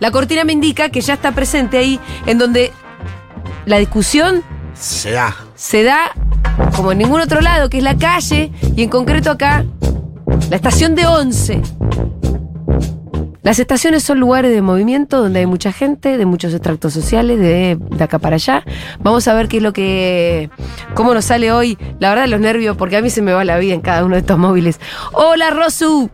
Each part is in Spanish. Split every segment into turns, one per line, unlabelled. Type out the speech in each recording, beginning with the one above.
La cortina me indica que ya está presente ahí, en donde la discusión
Se da.
se da como en ningún otro lado, que es la calle, y en concreto acá, la estación de Once. Las estaciones son lugares de movimiento donde hay mucha gente, de muchos extractos sociales, de, de acá para allá. Vamos a ver qué es lo que. cómo nos sale hoy. La verdad, los nervios, porque a mí se me va la vida en cada uno de estos móviles. ¡Hola, Rosu!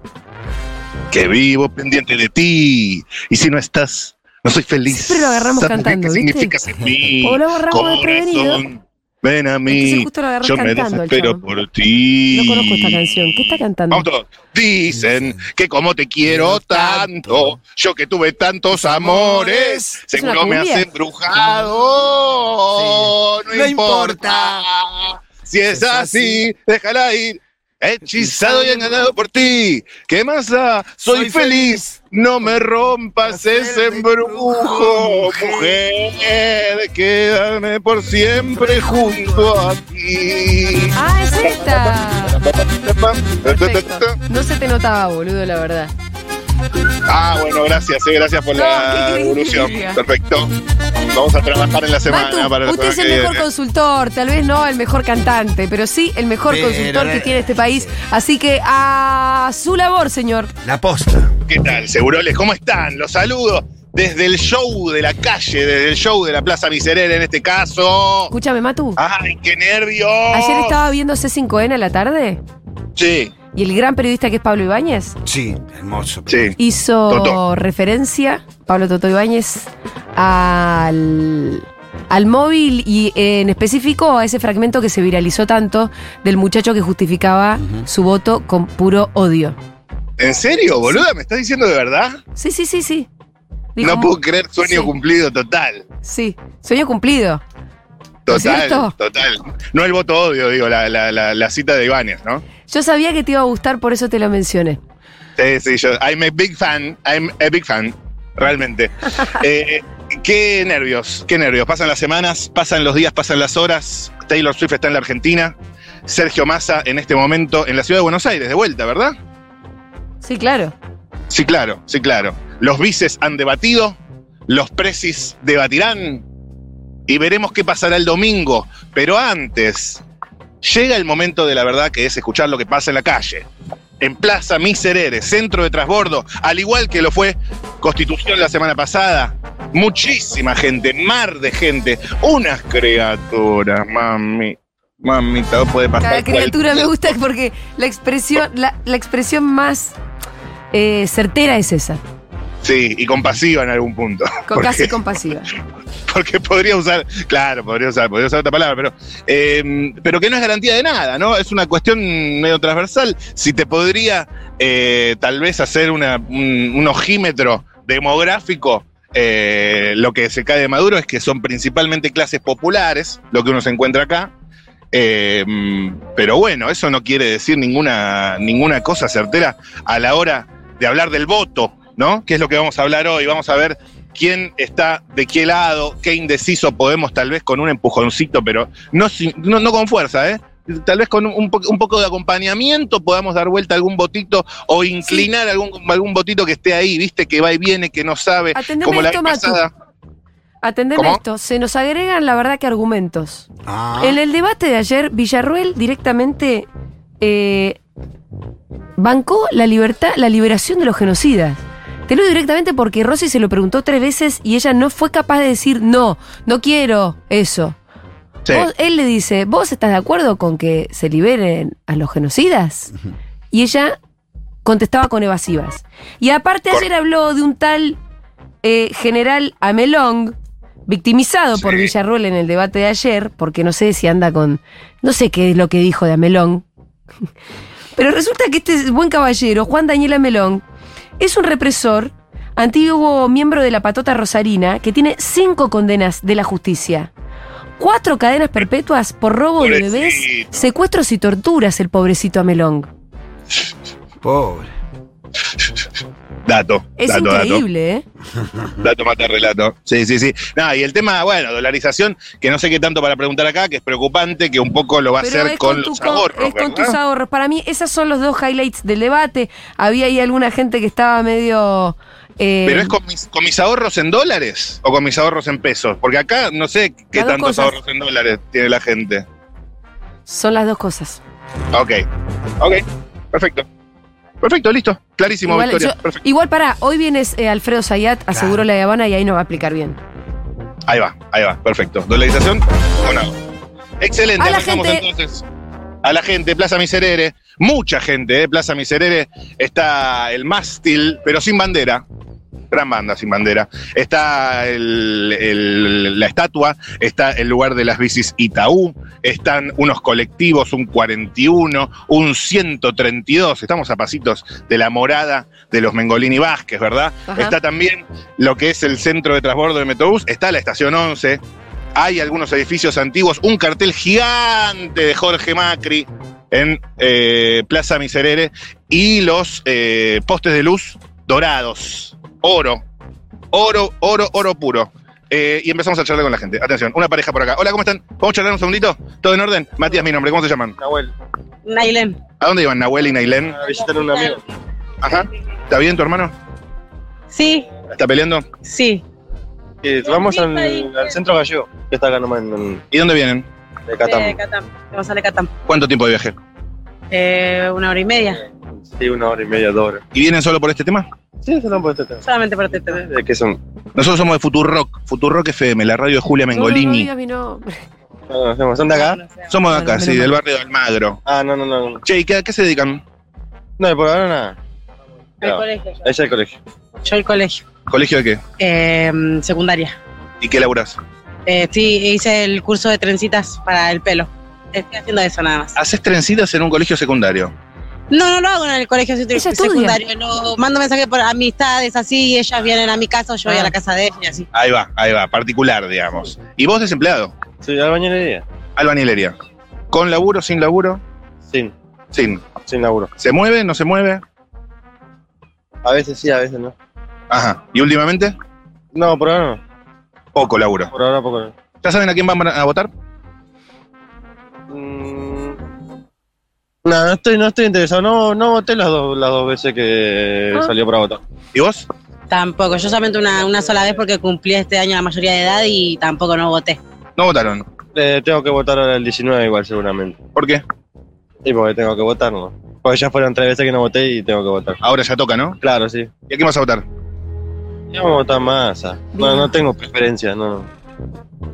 que vivo pendiente de ti. Y si no estás, no soy feliz.
Siempre lo agarramos
Esa mujer que
cantando, ¿viste?
significas en mí?
O lo agarramos desprevenido.
Corazón, ven a
Entonces
mí.
justo lo agarras
Yo me
cantando al
desespero
chabón.
por ti.
No conozco esta canción. ¿Qué está cantando?
Vamos todos. Dicen que como te quiero tanto, yo que tuve tantos amores,
Es una
seguro me has
cumbia.
embrujado.
Sí.
No
No
importa. Si es
Es
así,
así.
déjala ir. Hechizado y engañado por ti. ¿Qué más da? Soy,
Soy
feliz. No me rompas
Hacer
ese
de brujo,
embrujo, mujer. Quédame por siempre junto a ti.
Ah, es esta. Perfecto. No se te notaba, boludo, la verdad.
Ah, bueno, gracias, eh, gracias por
No,
la
qué
devolución.
increíble.
Perfecto. Vamos a trabajar en la semana
Matu,
para la
usted es
semana
el
que
mejor
viene.
consultor, tal vez no el mejor cantante, pero sí el mejor
Pero,
consultor que
eh,
tiene este país.
sí.
Así que a su labor, señor.
La posta.
¿Qué tal, seguroles? ¿Cómo están? Los saludo desde el show de la calle, desde el show de la Plaza Miserere en este caso.
Escúchame, Matu.
¡Ay, qué nervio!
Ayer estaba viendo C5N a la tarde
Sí,
y el gran periodista que es Pablo Ibáñez
Sí, hermoso.
sí.
hizo
Totó.
referencia, Pablo Toto Ibáñez, al, al móvil y en específico a ese fragmento que se viralizó tanto del muchacho que justificaba su voto con puro odio.
¿En serio, boluda? ¿Me estás diciendo de verdad?
Sí, sí, sí, sí. Dijo,
No puedo creer sueño
Sí.
cumplido total.
Sí, sueño cumplido. ¿No es
Total,
cierto?
total. No el voto odio, digo, la, la- la- la cita de Ibáñez, ¿no?
Yo sabía que te iba a gustar, por eso te lo mencioné.
Sí, sí, yo. I'm a big fan. I'm a big fan. Realmente. Eh, qué nervios, qué nervios. Pasan las semanas, pasan los días, pasan las horas. Taylor Swift está en la Argentina. Sergio Massa en este momento en la ciudad de Buenos Aires, de vuelta, ¿verdad?
Sí, claro.
Sí, claro, sí, claro. Los vices han debatido, los presis debatirán y veremos qué pasará el domingo. Pero antes, llega el momento de la verdad que es escuchar lo que pasa en la calle. En Plaza Miserere, centro de transbordo, al igual que lo fue Constitución la semana pasada. Muchísima gente, mar de gente, unas criaturas, mami. Mamita, puede pasar.
Cada criatura
cualquier-
me gusta porque la expresión, la, la expresión más eh, certera es esa.
Sí, y compasiva en algún punto.
co-
Porque-
casi compasiva.
porque podría usar, claro, podría usar, podría usar otra palabra, pero, eh, pero que no es garantía de nada, ¿no? Es una cuestión medio transversal. Si te podría eh, tal vez hacer una- un, un ojímetro demográfico, eh, lo que se cae de Maduro es que son principalmente clases populares, lo que uno se encuentra acá. Eh, mm, pero bueno, eso no quiere decir ninguna, ninguna cosa certera a la hora de hablar del voto, ¿no? Que es lo que vamos a hablar hoy. Vamos a ver quién está de qué lado, qué indeciso podemos tal vez con un empujoncito, pero no, sin- no, no con fuerza, ¿eh? Tal vez con un, un po- un poco de acompañamiento podamos dar vuelta a algún botito o inclinar algún, algún botito que esté ahí, viste, que va y viene, que no sabe,
Atendeme
como la
esto,
vez
Matu.
pasada.
Atendeme
¿Cómo?
esto, se nos agregan la verdad que argumentos.
Ah,
En el debate de ayer, Villarruel directamente eh, bancó la libertad, la liberación de los genocidas. Te lo digo directamente porque Rossi se lo preguntó tres veces y ella no fue capaz de decir no, no quiero eso.
Sí.
Vos- él le dice, ¿vos estás de acuerdo con que se liberen a los genocidas? Y ella contestaba con evasivas. Y aparte ayer habló de un tal eh, general Amelong, victimizado por
Sí.
Villarruel en el debate de ayer, porque no sé si anda con... No sé qué es lo que dijo de Amelong. Pero resulta que este buen caballero, Juan Daniel Amelong, es un represor, antiguo miembro de la patota rosarina, que tiene cinco condenas de la justicia. Cuatro cadenas perpetuas por robo de bebés,
Pobrecito.
secuestros y torturas, el pobrecito Amelong.
pobre.
Dato.
Es
dato, dato.
increíble, ¿eh?
Dato mata relato. Sí, sí, sí. Nada, y el tema, bueno, dolarización, que no sé qué tanto para preguntar acá, que es preocupante, que un poco lo va a hacer con
tu
los
co-
ahorros,
es con
¿verdad?
tus ahorros. Para mí, esos son los dos highlights del debate. Había ahí alguna gente que estaba medio Eh,
Pero es con mis, con mis ahorros en dólares o con mis ahorros en pesos. Porque acá no sé qué
Las dos
tantos
cosas.
ahorros en dólares tiene la gente.
Son las dos cosas.
Ok. Ok. Perfecto. Perfecto, listo. Clarísimo,
Igual,
Victoria.
yo-
Perfecto.
igual, pará, hoy vienes eh, Alfredo Zayat, aseguro
Claro.
la de Habana y ahí nos va a aplicar bien.
Ahí va, ahí va. Perfecto. Dolarización. Bueno. Excelente.
A la
arrancamos
gente.
entonces. A la gente, Plaza Miserere, mucha gente, eh, Plaza Miserere, está el mástil, pero sin bandera, gran banda sin bandera, está el- el- la estatua, está el lugar de las bicis Itaú, están unos colectivos, un 41, un 132, estamos a pasitos de la morada de los Mengolini Vázquez, ¿verdad?
Ajá.
Está también lo que es el centro de transbordo de Metrobús, está la estación 11, hay algunos edificios antiguos, un cartel gigante de Jorge Macri en eh, Plaza Miserere y los eh, postes de luz dorados, oro, oro, oro, oro puro. Eh, y empezamos a charlar con la gente. Atención, una pareja por acá. Hola, ¿cómo están? ¿Vamos a charlar un segundito? ¿Todo en orden? Matías, mi nombre, ¿cómo se llaman?
Nahuel,
Nailem.
¿A dónde iban Nahuel y Nailén?
a visitar a un amigo.
Ajá. ¿Está bien tu hermano?
Sí, eh,
¿Está peleando?
sí.
Eh, vamos al, al centro gallego, que está acá nomás en, en-
¿Y dónde vienen?
de Catán.
De Catán. De González Catán.
¿Cuánto tiempo de viaje?
Eh, una hora y media.
Sí, una hora y media, dos horas.
¿Y vienen solo por este tema?
Sí, se lo han puesto este tema.
Solamente para este tema.
¿De qué son?
Nosotros somos de Futurock, Futurock FM, la radio de Julia
No, no
Mengolini.
digas mi nombre.
No, no, hacemos- ¿Son de acá?
No, no sé.
Somos de acá,
Bueno,
sí,
menos
Ah, del
mal.
barrio de Almagro.
Ah, no, no, no.
Che, ¿y qué- a qué se dedican?
No, por ahora nada.
El
No,
colegio. yo.
Ella es el colegio.
Yo el colegio.
¿Colegio de qué?
Eh, secundaria.
¿Y qué laburás?
Eh, sí, hice el curso de trencitas para el pelo. Estoy haciendo eso nada más.
¿Haces trencitas en un colegio secundario?
No, no lo hago en el colegio sí,
Ella estudia.
secundario. Lo mando mensajes por amistades así y ellas vienen a mi casa o yo voy
Ah.
a la casa de ellas y así.
Ahí va, ahí va, particular, digamos. ¿Y vos desempleado?
Sí, albañilería.
Albanilería. ¿Con laburo, sin laburo?
Sin,
Sin.
sin laburo.
¿Se mueve, no se mueve?
A veces sí, a veces no.
Ajá. ¿Y últimamente?
No, por ahora no.
Poco laburo.
Por ahora poco no.
¿Ya saben a quién van a votar?
Mm, No, no estoy, no estoy interesado. No, no voté las dos, las dos veces que
Ah.
salió para votar.
¿Y vos?
Tampoco. Yo solamente una, una sola vez porque cumplí este año la mayoría de edad y tampoco no voté.
No votaron.
Eh, tengo que votar ahora el 19 igual seguramente.
¿Por qué?
Sí, porque tengo que votar, ¿no? Porque ya fueron tres veces que no voté y tengo que votar.
Ahora ya toca, ¿no?
Claro, sí.
¿Y a quién vas a votar?
Yo voy a votar Massa. No, no tengo preferencia, no. no.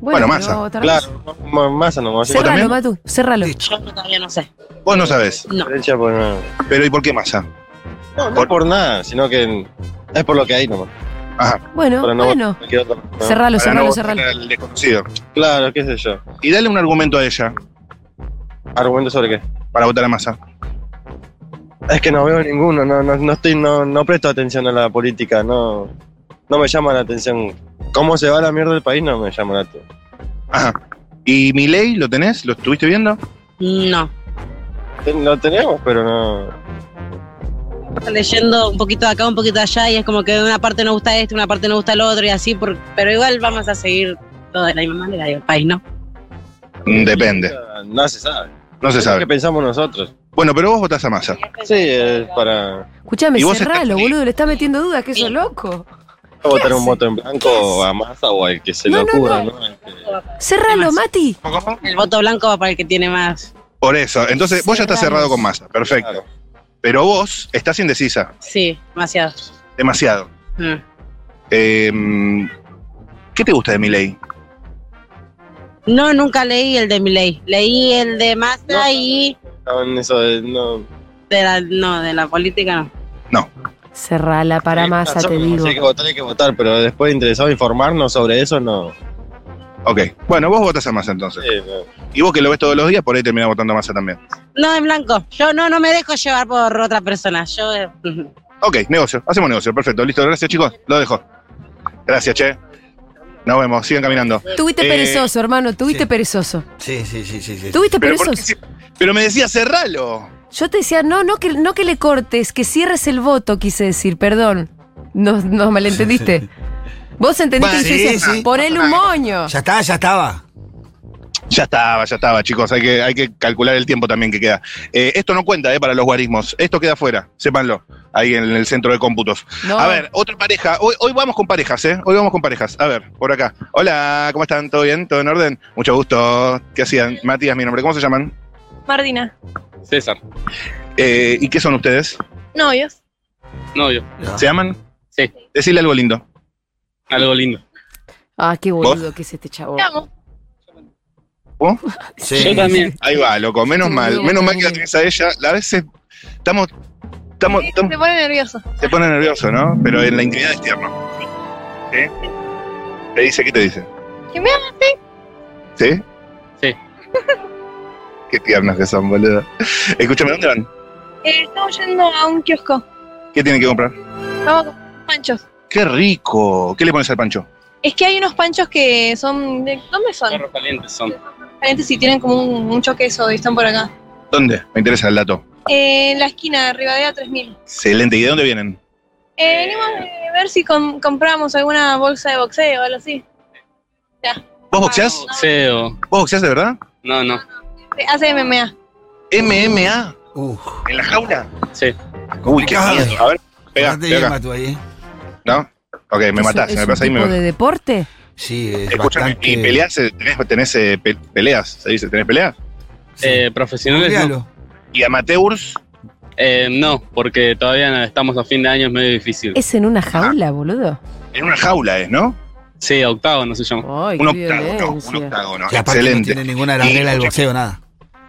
Bueno, Massa,
pero otra vez.
Claro, ma- Massa no. Yo
Cerra-
tengo
Cerralo,
también?
Matu, cerralo.
Listo.
Yo todavía no sé.
Vos no sabés.
No.
preferencia por nada.
Pero ¿y por qué masa?
No, no por nada, sino que es por lo que hay nomás.
Ajá.
Bueno,
Pero no
bueno.
cualquier otro, no.
Cerralo,
Para no
cerralo,
votar
cerralo.
al desconocido.
Claro, qué sé yo.
Y dale un argumento a ella
¿Argumento sobre qué?
para votar a masa.
Es que no veo ninguno, no, no, no estoy, no, no presto atención a la política, no, no me llama la atención. ¿Cómo se va la mierda del país? No me llama la atención.
Ajá. ¿Y mi ley lo tenés? ¿Lo estuviste viendo?
No.
Ten- Lo tenemos, pero no.
leyendo un poquito de acá, un poquito de allá, y es como que de una parte no gusta este, una parte no gusta el otro, y así, por- pero igual vamos a seguir todo de la misma manera, digo, el país, ¿no?
Mm, Depende.
No se sabe.
No se
Es lo que
sabe.
pensamos nosotros.
Bueno, pero vos votás a masa.
Sí,
eh,
es para
Escuchame,
Y vos
cerralo,
estás-
boludo. Le está metiendo dudas, que eso loco.
votar un
hace?
voto en blanco a masa o al Ah, que se
No,
le
no,
ocurra,
no.
¿no? Este,
Cerralo,
Massa.
Mati.
El voto blanco va para el que tiene más.
Por eso. Entonces, vos ya estás
Cerramos.
cerrado con masa. Perfecto.
claro.
Pero vos estás indecisa.
Sí, demasiado.
Demasiado.
Mm.
Em, ¿Qué te gusta de mi ley?
No, nunca leí el de Milei. Leí el de Massa
No.
y
Estaban eso de- eh, no.
de la, no, de la política no.
Cerrala para
Sí,
Massa,
nosotros
te
como
digo.
si Hay que votar, hay que votar, pero después interesado en informarnos sobre eso, no.
Ok. Bueno, vos votás a masa entonces.
Sí, no.
Y vos que lo ves todos los días, por ahí terminás votando a masa también.
No, en blanco. Yo no, no me dejo llevar por otra persona. Yo eh,
Ok, negocio. Hacemos negocio. Perfecto. Listo. Gracias, chicos. Lo dejo. Gracias, che. Nos vemos. Sigan caminando.
Tuviste
Eh,
perezoso, hermano, tuviste
sí.
perezoso.
Sí, sí, sí, sí. sí.
Tuviste
Pero, ¿por qué
perezoso.
si- pero me decía cerralo.
Yo te decía, no, no que, no que le cortes, que cierres el voto, quise decir, perdón. No, no malentendiste. Vos entendiste
Bueno,
y yo
sí,
decía,
sí. Ah,
ponele un moño.
Ya está, ya estaba.
Ya estaba, ya estaba, chicos. Hay que, hay que calcular el tiempo también que queda. Eh, esto no cuenta eh, para los guarismos. Esto queda fuera, sépanlo. Ahí en el centro de cómputos.
No.
A ver, otra pareja. Hoy, hoy vamos con parejas, ¿eh? Hoy vamos con parejas. A ver, por acá. Hola, ¿cómo están? ¿Todo bien? ¿Todo en orden? Mucho gusto. ¿Qué hacían? Matías, mi nombre. ¿Cómo se llaman?
Martina,
César,
Eh, ¿Y qué son ustedes?
novios.
novio,
¿Se aman?
Sí.
Decirle algo lindo.
algo lindo.
Ah, qué boludo que es este chavo.
Te amo.
Sí.
Yo también.
¿Oh? Ahí va, loco. Menos
Sí,
mal. Menos mal que la
sí.
tenés a ella. A veces estamos. Estamos,
Sí,
estamos-
Te pone nervioso.
te pone nervioso, ¿no? Pero en la intimidad es tierno. ¿Sí? ¿Te dice qué te dice?
Que me ama.
¿Sí?
Sí.
Qué tiernos que son, boludo. Escúchame, ¿dónde van?
Eh, estamos yendo a un kiosco.
¿Qué tienen que comprar?
Vamos a comprar panchos.
¡Qué rico! ¿Qué le pones al pancho?
Es que hay unos panchos que son. de- ¿Dónde son?
Perros calientes son.
Calientes si tienen como un, mucho queso y están por acá.
¿Dónde? Me interesa el dato.
Eh, en la esquina, Rivadavia 3000.
Excelente. ¿Y de dónde vienen?
Eh, venimos a ver si com- compramos alguna bolsa de boxeo o algo así.
¿Vos boxeás?
Boxeo.
¿Vos boxeás de verdad?
No, no.
Sí, Hace MMA.
¿MMA?
Uf.
¿En la jaula?
Sí.
Uy, qué
Ay.
miedo. A ver, pega,
¿Cómo te
pega.
llama tú ahí? eh?
¿No? Ok, Eh, me matás.
¿Es
Me
un
pasás y me
tipo de deporte?
Sí, es
Escúchame,
bastante...
¿y peleas? eh, ¿Tenés, tenés eh, pe- peleas? ¿Se dice? ¿Tenés peleas?
Sí.
Eh, profesionales no.
Googlealo.
¿Y amateurs?
Eh, no, porque todavía no- estamos a fin de año, es medio difícil.
¿Es en una jaula, boludo?
En una jaula es, ¿no?
Sí, octavo no se llama.
Ay,
Un
qué
octágono, un
violencia.
octágono.
Que aparte no
Excelente.
tiene ninguna de las
Y-
reglas del boxeo, nada.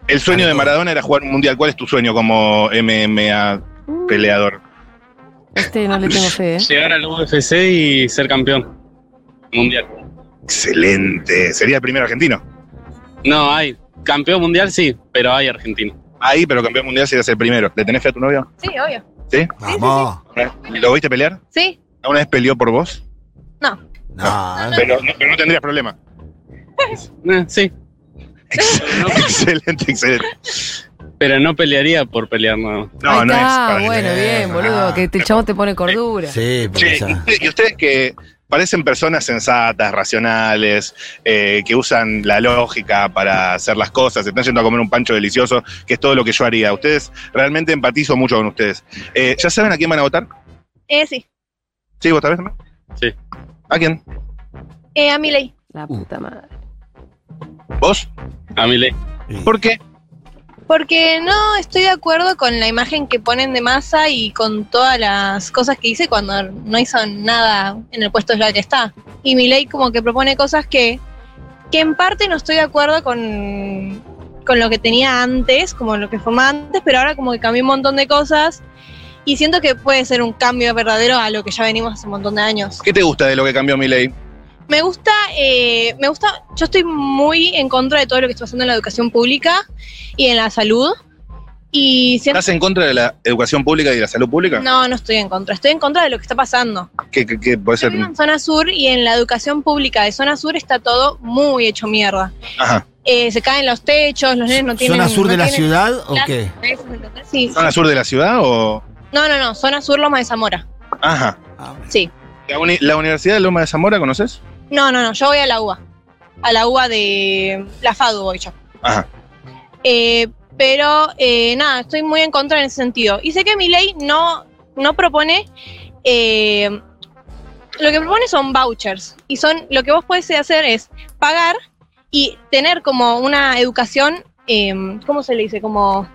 El sueño de Maradona era jugar un mundial. ¿Cuál es tu sueño como MMA
Mm,
peleador?
Este
Ah,
no le tengo fe, ¿eh?
Llegar al UFC y ser campeón mundial.
Excelente. Sería el primero argentino.
No, hay. Campeón mundial sí, pero hay argentino.
Ahí, pero campeón mundial serías el primero. ¿Le tenés fe a tu novio?
Sí, obvio.
Vamos.
¿Lo viste pelear?
Sí.
¿Alguna vez peleó por vos?
eh.
No,
Pero no, pero no tendrías problema.
Eh, sí. Pero no,
excelente, excelente.
pero no pelearía por pelear nada más.
No,
Ahí
no es.
está,
para-
bueno, bien,
Ah.
boludo. Que el chabón te pone cordura.
Sí,
Che,
porque
¿y
ya...
usted- y ustedes que parecen personas sensatas, racionales, eh, que usan la lógica para hacer las cosas, se están yendo a comer un pancho delicioso, que es todo lo que yo haría. Ustedes, realmente empatizo mucho con ustedes. Eh, ¿Ya saben a quién van a votar?
Eh, sí.
¿Sí, vos también?
Sí.
¿A quién?
Eh, a mi ley.
La puta madre.
¿Vos?
A mí le.
¿Por qué?
Porque no estoy de acuerdo con la imagen que ponen de masa y con todas las cosas que hice cuando no hizo nada en el puesto en el que está. Y mi ley como que propone cosas que, que en parte no estoy de acuerdo con, con lo que tenía antes, como lo que formaba antes, pero ahora como que cambió un montón de cosas y siento que puede ser un cambio verdadero a lo que ya venimos hace un montón de años.
¿Qué te gusta de lo que cambió mi ley?
Me gusta, eh, me gusta, yo estoy muy en contra de todo lo que está haciendo en la educación pública y en la salud. Y siento
¿Estás en contra de la educación pública y de la salud pública?
No, no estoy en contra. Estoy en contra de lo que está pasando.
¿Qué, qué- qué puede
Yo
ser?
vivo en Zona Sur y en la educación pública de Zona Sur está todo muy hecho mierda.
Ajá.
Eh, se caen los techos, los nenes no tienen.
¿Zona sur
no
de la
tienen-
ciudad o qué?
Sí.
¿Zona sur de la ciudad o...?
No, no, no. Zona Sur, Loma de Zamora.
Ajá.
Ah, bueno.
Sí.
¿La, uni- la Universidad de Loma de Zamora conoces?
No, no, no. Yo voy a la UA. A la UA de la FADU voy yo.
Ajá.
Eh, pero eh, nada, estoy muy en contra en ese sentido. Y sé que mi ley no, no propone. eh, lo que propone son vouchers. Y son lo que vos podés hacer es pagar y tener como una educación. eh, ¿Cómo se le dice? Como,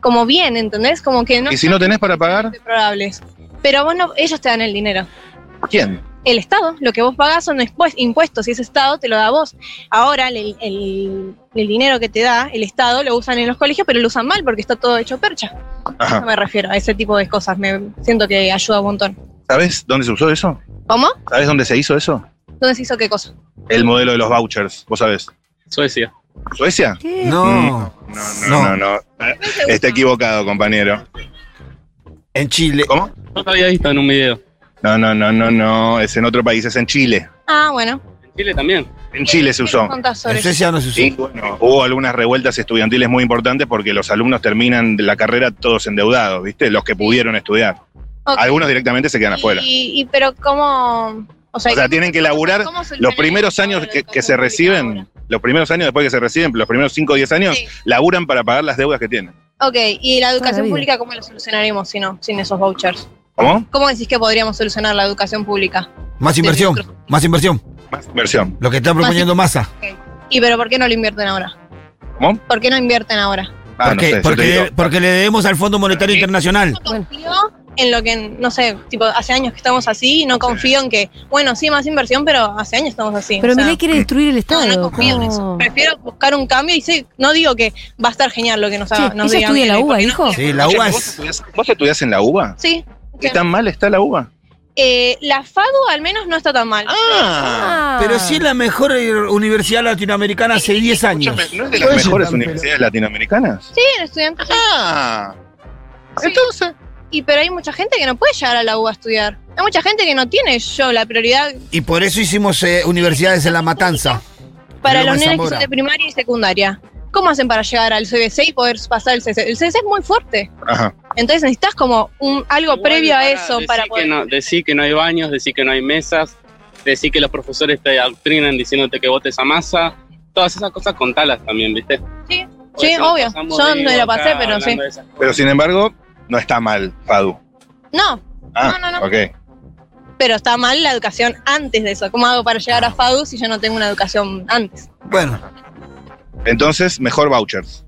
como bien, ¿entendés? Como que no.
¿Y si no tenés para pagar?
Probables. Pero vos no, ellos te dan el dinero
¿Quién?
el Estado. Lo que vos pagás son después impuestos y ese Estado te lo da a vos. Ahora el, el- el dinero que te da el Estado lo usan en los colegios, pero lo usan mal porque está todo hecho percha.
Ajá.
No me refiero a ese tipo de cosas. Me siento que ayuda un montón.
¿Sabes dónde se usó eso?
¿Cómo?
¿Sabes dónde se hizo eso?
¿Dónde se hizo qué cosa?
El modelo de los vouchers, vos sabés.
Suecia.
¿Suecia?
¿Qué?
No,
Mm, No, no, no, no. Está equivocado, compañero.
en Chile.
¿Cómo?
No te había visto en un video.
No, no, no, no, no. Es en otro país, es en Chile.
Ah, bueno.
En Chile también.
En Chile se
¿Qué
usó.
nos contás sobre
En
eso?
Suecia no se usó.
Sí, bueno, hubo algunas revueltas estudiantiles muy importantes porque los alumnos terminan la carrera todos endeudados, ¿viste? Los que pudieron estudiar.
Ok.
Algunos directamente se quedan afuera.
Y, y pero cómo... O sea,
O sea, tienen que laburar
¿cómo solucionan
Los primeros
esto
años
de la
que, que se
educación pública
reciben,
ahora?
los primeros años después que se reciben, los primeros 5 o 10 años,
Sí.
laburan para pagar las deudas que tienen.
Ok, ¿y la
la
educación
vida.
pública cómo lo solucionaremos si no, sin esos vouchers?
¿Cómo?
¿Cómo decís que podríamos solucionar la educación pública?
Más inversión, más inversión.
Más inversión.
Lo que está proponiendo Massa.
¿Y pero por qué no lo invierten ahora?
¿Cómo?
¿Por qué no invierten ahora?
Ah,
porque,
no sé, yo
porque,
te digo. Ah.
porque le debemos al Fondo Monetario Internacional.
Bueno.
Confío en lo que, no sé, tipo, hace años que estamos así y no confío en que, bueno, sí, más inversión, pero hace años estamos así.
Pero
o sea,
Milei quiere destruir el Oh. Estado.
no, no confío en
¿cómo?
eso. Prefiero buscar un cambio y sí, no digo que va a estar genial lo que nos,
Che,
haga, nos
¿ella
digan,
estudia en la
porque
UBA,
no-
hijo?
Sí, la
Che,
UBA
¿vos,
es.
estudiás, vos estudiás en la UBA?
Sí.
¿Qué tan mal está la UBA?
Eh, la FADU al menos no está tan mal.
Ah,
Pero sí es la mejor eh, universidad latinoamericana hace 10 años.
escúchame, ¿no es de las
Oye,
mejores
tan
universidades latinoamericanas?
Sí, el estudiante.
Ah,
Sí.
entonces.
Y pero hay mucha gente que no puede llegar a la UBA a estudiar. Hay mucha gente que no tiene yo la prioridad
Y por eso hicimos eh, universidades en La Matanza.
para
Loma
los nenes que
Zamora.
son de primaria y secundaria. ¿Cómo hacen para llegar al CBC y poder pasar el CBC? El CBC es muy fuerte.
Ajá.
Entonces necesitas como un algo
Igual,
previo a
pará,
eso
decí
para
que
poder.
no- decí que no hay baños, decir que no hay mesas, decir que los profesores te adoctrinan diciéndote que votes a masa. Todas esas cosas contalas también, ¿viste?
Sí,
Porque
sí,
si nos
obvio.
pasamos
Yo
de
no
vivo
la pasé,
acá
pero sí.
hablando de esas cosas.
Pero sin embargo, no está mal, Fadu.
No,
Ah,
No, no, no.
ok.
pero está mal la educación antes de eso. ¿Cómo hago para llegar a FADU si yo no tengo una educación antes?
Bueno,
Entonces, mejor vouchers.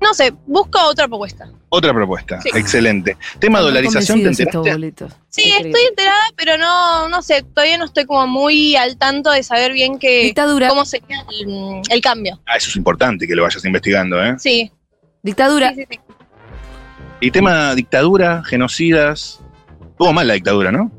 No sé, busco otra propuesta.
Otra propuesta.
Sí.
Excelente. Tema dolarización, ¿te enteraste?
Sí, estoy enterada, pero no, no sé, todavía no estoy como muy al tanto de saber bien que,
Dictadura,
cómo sería el, el cambio.
Ah, eso es importante que lo vayas investigando, ¿eh?
Sí,
dictadura.
sí, sí, sí.
Y tema dictadura, genocidas. Tuvo mal la dictadura, ¿no?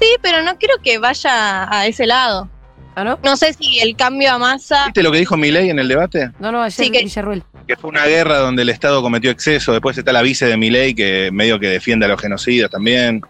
Sí, pero no creo que vaya a ese lado.
¿Ah, no?
No sé si el cambio a masa.
¿Viste lo que dijo Milei en el debate?
No, no, ayer
Sí, que-
Villarruel.
Que fue una guerra donde el Estado cometió exceso. Después está la vice de Milei que medio que defiende a los genocidas también.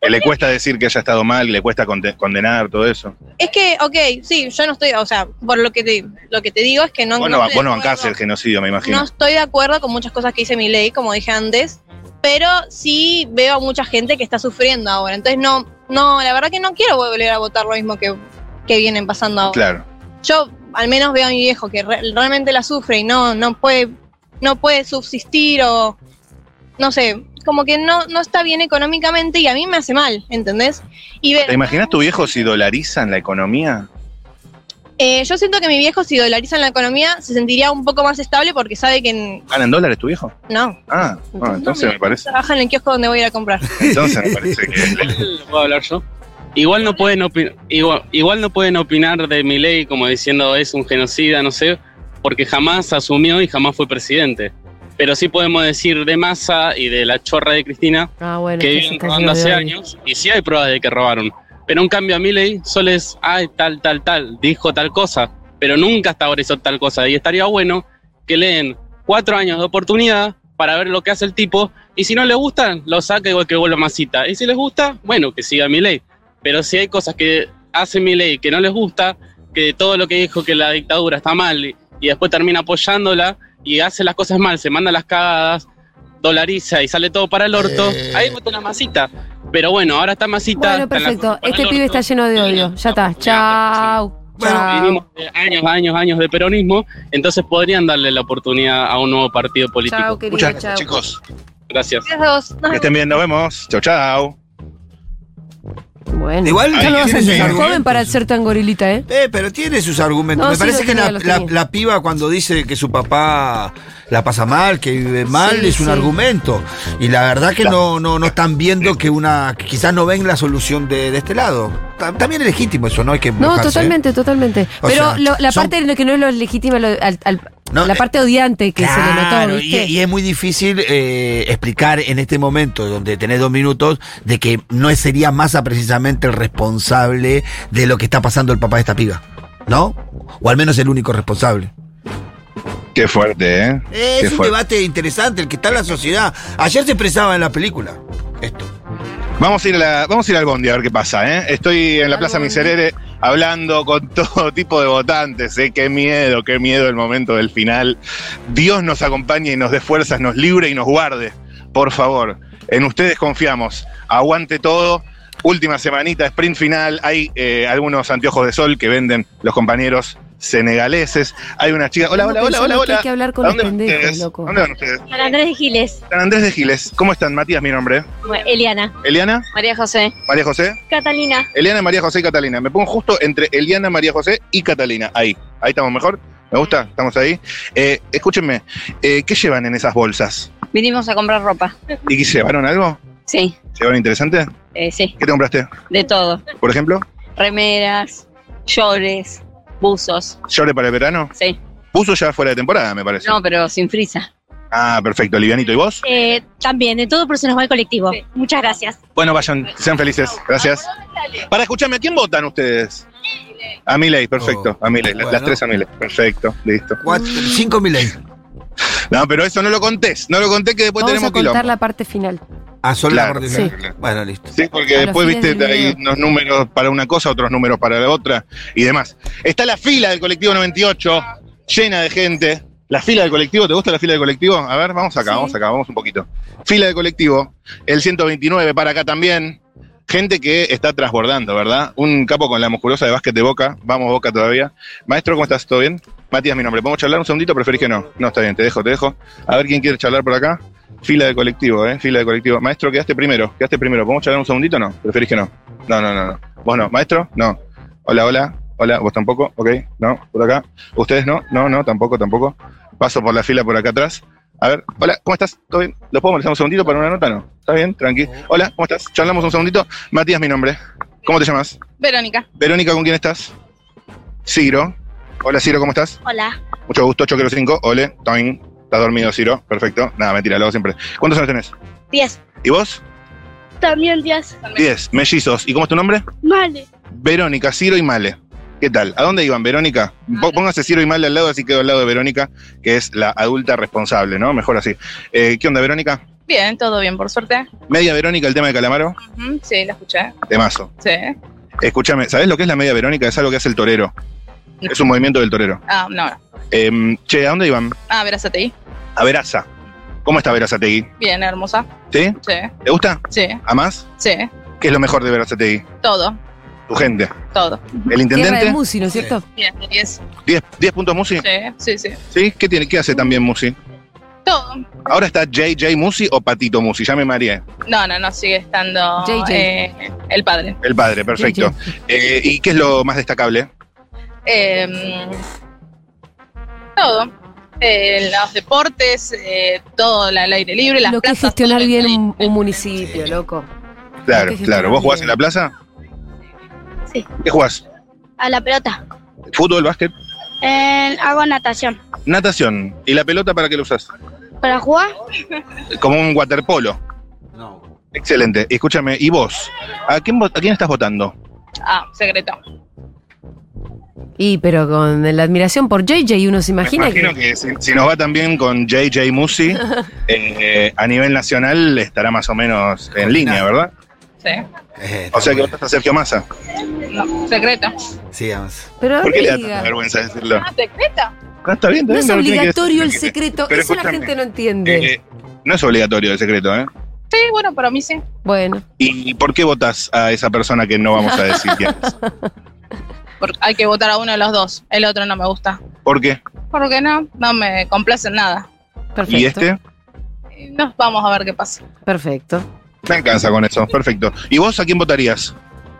Que le cuesta decir que haya estado mal, le cuesta conde- condenar todo eso.
Es que, ok, sí, yo no estoy, o sea, por lo que te, lo que te digo es que no.
Vos no,
estoy de
vos no
acuerdo.
bancás el genocidio, me imagino.
No estoy de acuerdo con muchas cosas que dice mi ley, como dije antes, pero sí veo a mucha gente que está sufriendo ahora. Entonces, no, no, la verdad que no quiero volver a votar lo mismo que, que vienen pasando
Ah,
ahora.
Claro.
Yo al menos veo a mi viejo que re- realmente la sufre y no, no puede, no puede subsistir o no sé, como que no, no está bien económicamente y a mí me hace mal, ¿entendés? Y ver-
¿Te imaginas tu viejo si dolarizan la economía?
Eh, yo siento que mi viejo, si dolarizan la economía, se sentiría un poco más estable porque sabe que n-
¿Gana en dólares tu viejo?
no.
Ah, bueno, entonces me parece.
Trabaja en el kiosco donde voy a ir a comprar.
Entonces me parece que.
Igual, ¿Puedo hablar yo? Igual no pueden opinar, igual, igual no pueden opinar de Milei como diciendo es un genocida, no sé, porque jamás asumió y jamás fue presidente. Pero sí podemos decir de Massa y de la chorra de Cristina
Ah, bueno.
que
sí,
viven
está
robando hace
lleno de
años y sí hay pruebas de que robaron. Pero en cambio a Milei solo es, ay, tal, tal, tal, dijo tal cosa, pero nunca hasta ahora hizo tal cosa. Y estaría bueno que le den cuatro años de oportunidad para ver lo que hace el tipo y si no le gustan, lo saca igual que vuelva masita. Y si les gusta, bueno, que siga Milei. Pero si hay cosas que hace Milei que no les gusta, que todo lo que dijo que la dictadura está mal y, y después termina apoyándola y hace las cosas mal, se manda las cagadas, dolariza y sale todo para el orto,
Eh.
ahí vota la masita. Pero bueno, ahora está masita.
Bueno,
está en la
perfecto.
cosa para
Este
el
pibe
orto.
está lleno de odio. Ya está. Chau.
Bueno,
Chau.
Vinimos de años, años, años de peronismo, entonces podrían darle la oportunidad a un nuevo partido político.
Chau, querido.
Muchas gracias,
Chau.
chicos.
Gracias.
Gracias a vos. Nos
Que
vemos.
estén bien, nos vemos. Chau, chau.
Bueno.
igual.
Ya lo vas a
tiene sus
empezar joven
argumentos.
para ser tan gorilita, ¿eh?
Eh, pero tiene sus argumentos.
No,
Me
sí,
parece
los
que
tenía,
la,
los
la-
tenía.
la piba cuando dice que su papá la pasa mal, que vive mal,
Sí,
es un
sí.
argumento. Y la verdad que no, no, no están viendo que una. que quizás no ven la solución de, de este lado. Ta- También es legítimo eso, no hay que
No,
mojarse, ¿eh?
totalmente, totalmente.
O
Pero
sea,
lo- la
son-
parte que no es lo legítima, lo- al- al-
No,
la
eh,
parte odiante que se le notó,
Claro, y,
¿viste?
y es muy difícil eh, explicar en este momento, donde tenés dos minutos, de que no sería Massa precisamente el responsable de lo que está pasando el papá de esta piba, ¿no? O al menos el único responsable.
Qué fuerte, ¿eh? Qué
Es un
fuerte.
debate interesante el que está en la sociedad. Ayer se expresaba en la película esto.
Vamos a ir, a la- vamos a ir al Bondi a ver qué pasa, ¿eh? Estoy en la
Al
Plaza
bondi.
Miserere hablando con todo tipo de votantes, ¿eh? Qué miedo, qué miedo el momento del final. Dios nos acompañe y nos dé fuerzas, nos libre y nos guarde. Por favor, en ustedes confiamos. Aguante todo. Última semanita, sprint final. Hay eh, algunos anteojos de sol que venden los compañeros senegaleses. Hay una chica. Hola, hola, hola, hola.
Pensando que
hola.
Hay que hablar con
¿A
los
dónde van
pendejos,
ustedes?
loco.
¿Dónde van ustedes?
San Andrés de Giles,
San Andrés de Giles. ¿Cómo están? Matías, mi nombre.
Bueno, Eliana,
Eliana,
María José.
María José.
Catalina.
Eliana, María José y Catalina. Me pongo justo entre Eliana, María José y Catalina. Ahí. Ahí estamos mejor. ¿Me gusta? Estamos ahí. Eh, escúchenme, eh, ¿qué llevan en esas bolsas?
Vinimos a comprar ropa.
¿Y qué llevaron algo?
Sí,
¿Llevaron interesante?
eh, sí,
¿Qué te compraste?
de todo.
Por ejemplo,
Remeras, llores, buzos.
llore para el verano.
Sí,
Puso ya fuera de temporada, me parece.
no, pero sin frisa.
Ah, perfecto. Livianito, ¿y vos?
Eh, también, de todo, pero se nos va el colectivo. Muchas gracias.
Bueno, vayan, sean felices. Gracias. Para escucharme, ¿a quién votan ustedes? A Milei, perfecto.
Oh,
a Milei, la- las
bueno.
tres a Milei. Perfecto, listo.
Cuatro, cinco Milei.
No, pero eso no lo conté. No lo conté que después
Vamos a
tenemos
contar
quilombo.
la parte final.
Ah, solo
Claro,
la parte
sí.
final. Bueno, listo.
Sí, porque
A los
después,
fines
viste,
del
hay
video.
unos números para una cosa, otros números para la otra y demás. Está la fila del colectivo 98, llena de gente. La fila del colectivo, ¿te gusta la fila del colectivo? A ver, vamos acá,
Sí.
vamos acá, vamos un poquito. Fila del colectivo, el 129 para acá también. Gente que está transbordando, ¿verdad? Un capo con la musculosa de básquet de Boca. Vamos, Boca todavía. Maestro, ¿cómo estás? ¿Todo bien? Matías, mi nombre. ¿Podemos charlar un segundito? Preferís que no. No, está bien, te dejo, te dejo. A ver quién quiere charlar por acá. Fila de colectivo, ¿eh? Fila de colectivo. Maestro, quedaste primero, quedaste primero. ¿Podemos charlar un segundito o no? ¿Preferís que no? No, no, no, no. ¿Vos no? ¿Maestro? No. Hola, hola. Hola, vos tampoco. Ok, no, por acá. ¿Ustedes no? No, no, tampoco, tampoco. Paso por la fila por acá atrás. A ver, hola, ¿cómo estás? ¿Todo bien? ¿Los puedo molestar un segundito para una nota? No. ¿Está bien? Tranqui. Hola, ¿cómo estás? Charlamos un segundito. Matías, mi nombre. ¿Cómo te llamas?
Verónica.
Verónica, ¿con quién estás? Ciro. Hola, Ciro, ¿cómo estás?
Hola,
Mucho gusto, 805. Ole, Toin. ¿Estás dormido, Ciro? Perfecto. Nada, mentira, lo hago siempre. ¿Cuántos años tenés?
10.
¿Y vos?
También 10.
10. Mellizos. ¿Y cómo es tu nombre?
Vale.
Verónica, Ciro y Male. ¿Qué tal? ¿A dónde iban, Verónica? Po- Póngase Ciro y Male al lado, así quedo al lado de Verónica, que es la adulta responsable, ¿no? Mejor así. Eh, ¿Qué onda, Verónica?
Bien, todo bien, por suerte.
Media Verónica, el tema de Calamaro.
Ujú, Sí, la escuché.
Temazo.
Sí.
Escúchame, ¿sabés lo que es la media Verónica? Es algo que hace el torero. Es un movimiento del torero.
Ah, no, no.
Em, che, ¿a dónde iban?
Ah, verás a ti.
A Veraza. ¿Cómo está Verazategui?
Bien, hermosa.
¿Sí?
Sí,
¿Te gusta?
sí,
¿A más?
sí.
¿Qué es lo mejor de Verazategui?
Todo,
Tu gente.
todo.
¿El
Tierra de
intendente?
Musi, ¿no es cierto?
Bien, de 10.
10 10 puntos Musi?
Sí, sí, sí.
¿Sí? ¿Qué, tiene, ¿Qué hace también Musi?
Todo.
¿Ahora está JJ Musi o Patito Musi? Ya me mareé.
No, no, no, sigue estando
JJ.
eh, el padre.
El padre, perfecto. Eh, ¿Y qué es lo más destacable?
Eh, todo. Eh, los deportes, eh, todo el aire libre, las
Lo que es
plazas,
gestionar
todo lo
bien
que-
un, un municipio, loco.
Claro,
Lo que
claro. ¿Vos jugás
gestionamos
en la plaza?
Sí.
¿Qué jugás?
A la pelota.
¿Fútbol, básquet?
Eh, hago natación.
Natación. ¿Y la pelota para qué la usás?
¿Para jugar?
Como un waterpolo.
No.
Excelente. Y Escúchame, ¿y vos? ¿A quién, vo- ¿A quién estás votando?
Ah, secreto.
Y pero con la admiración por JJ uno se imagina
Me imagino
que...
que, si, si nos va tan bien con JJ Musi, eh, eh, a nivel nacional estará más o menos en línea, ¿verdad?
Sí,
O sea que votaste a Sergio Massa.
no, secreto.
Sí, vamos.
Pero
¿Por qué le da
amiga,
tanta vergüenza decirlo?
Ah, secreto.
No, está bien, está
no
bien, pero
es
tiene que
obligatorio el
decirlo.
secreto,
Pero
eso la
escúchame,
gente no entiende.
eh, no es obligatorio el secreto, ¿eh?
Sí, bueno, para mí sí.
Bueno,
¿Y por qué votas a esa persona que no vamos a decir quién es?
Porque hay que votar a uno de los dos. El otro no me gusta.
¿Por qué?
Porque no, no me complace en nada.
perfecto.
¿Y este?
Y Nos vamos a ver qué pasa.
Perfecto.
Me alcanza con eso, perfecto. ¿Y vos a quién votarías?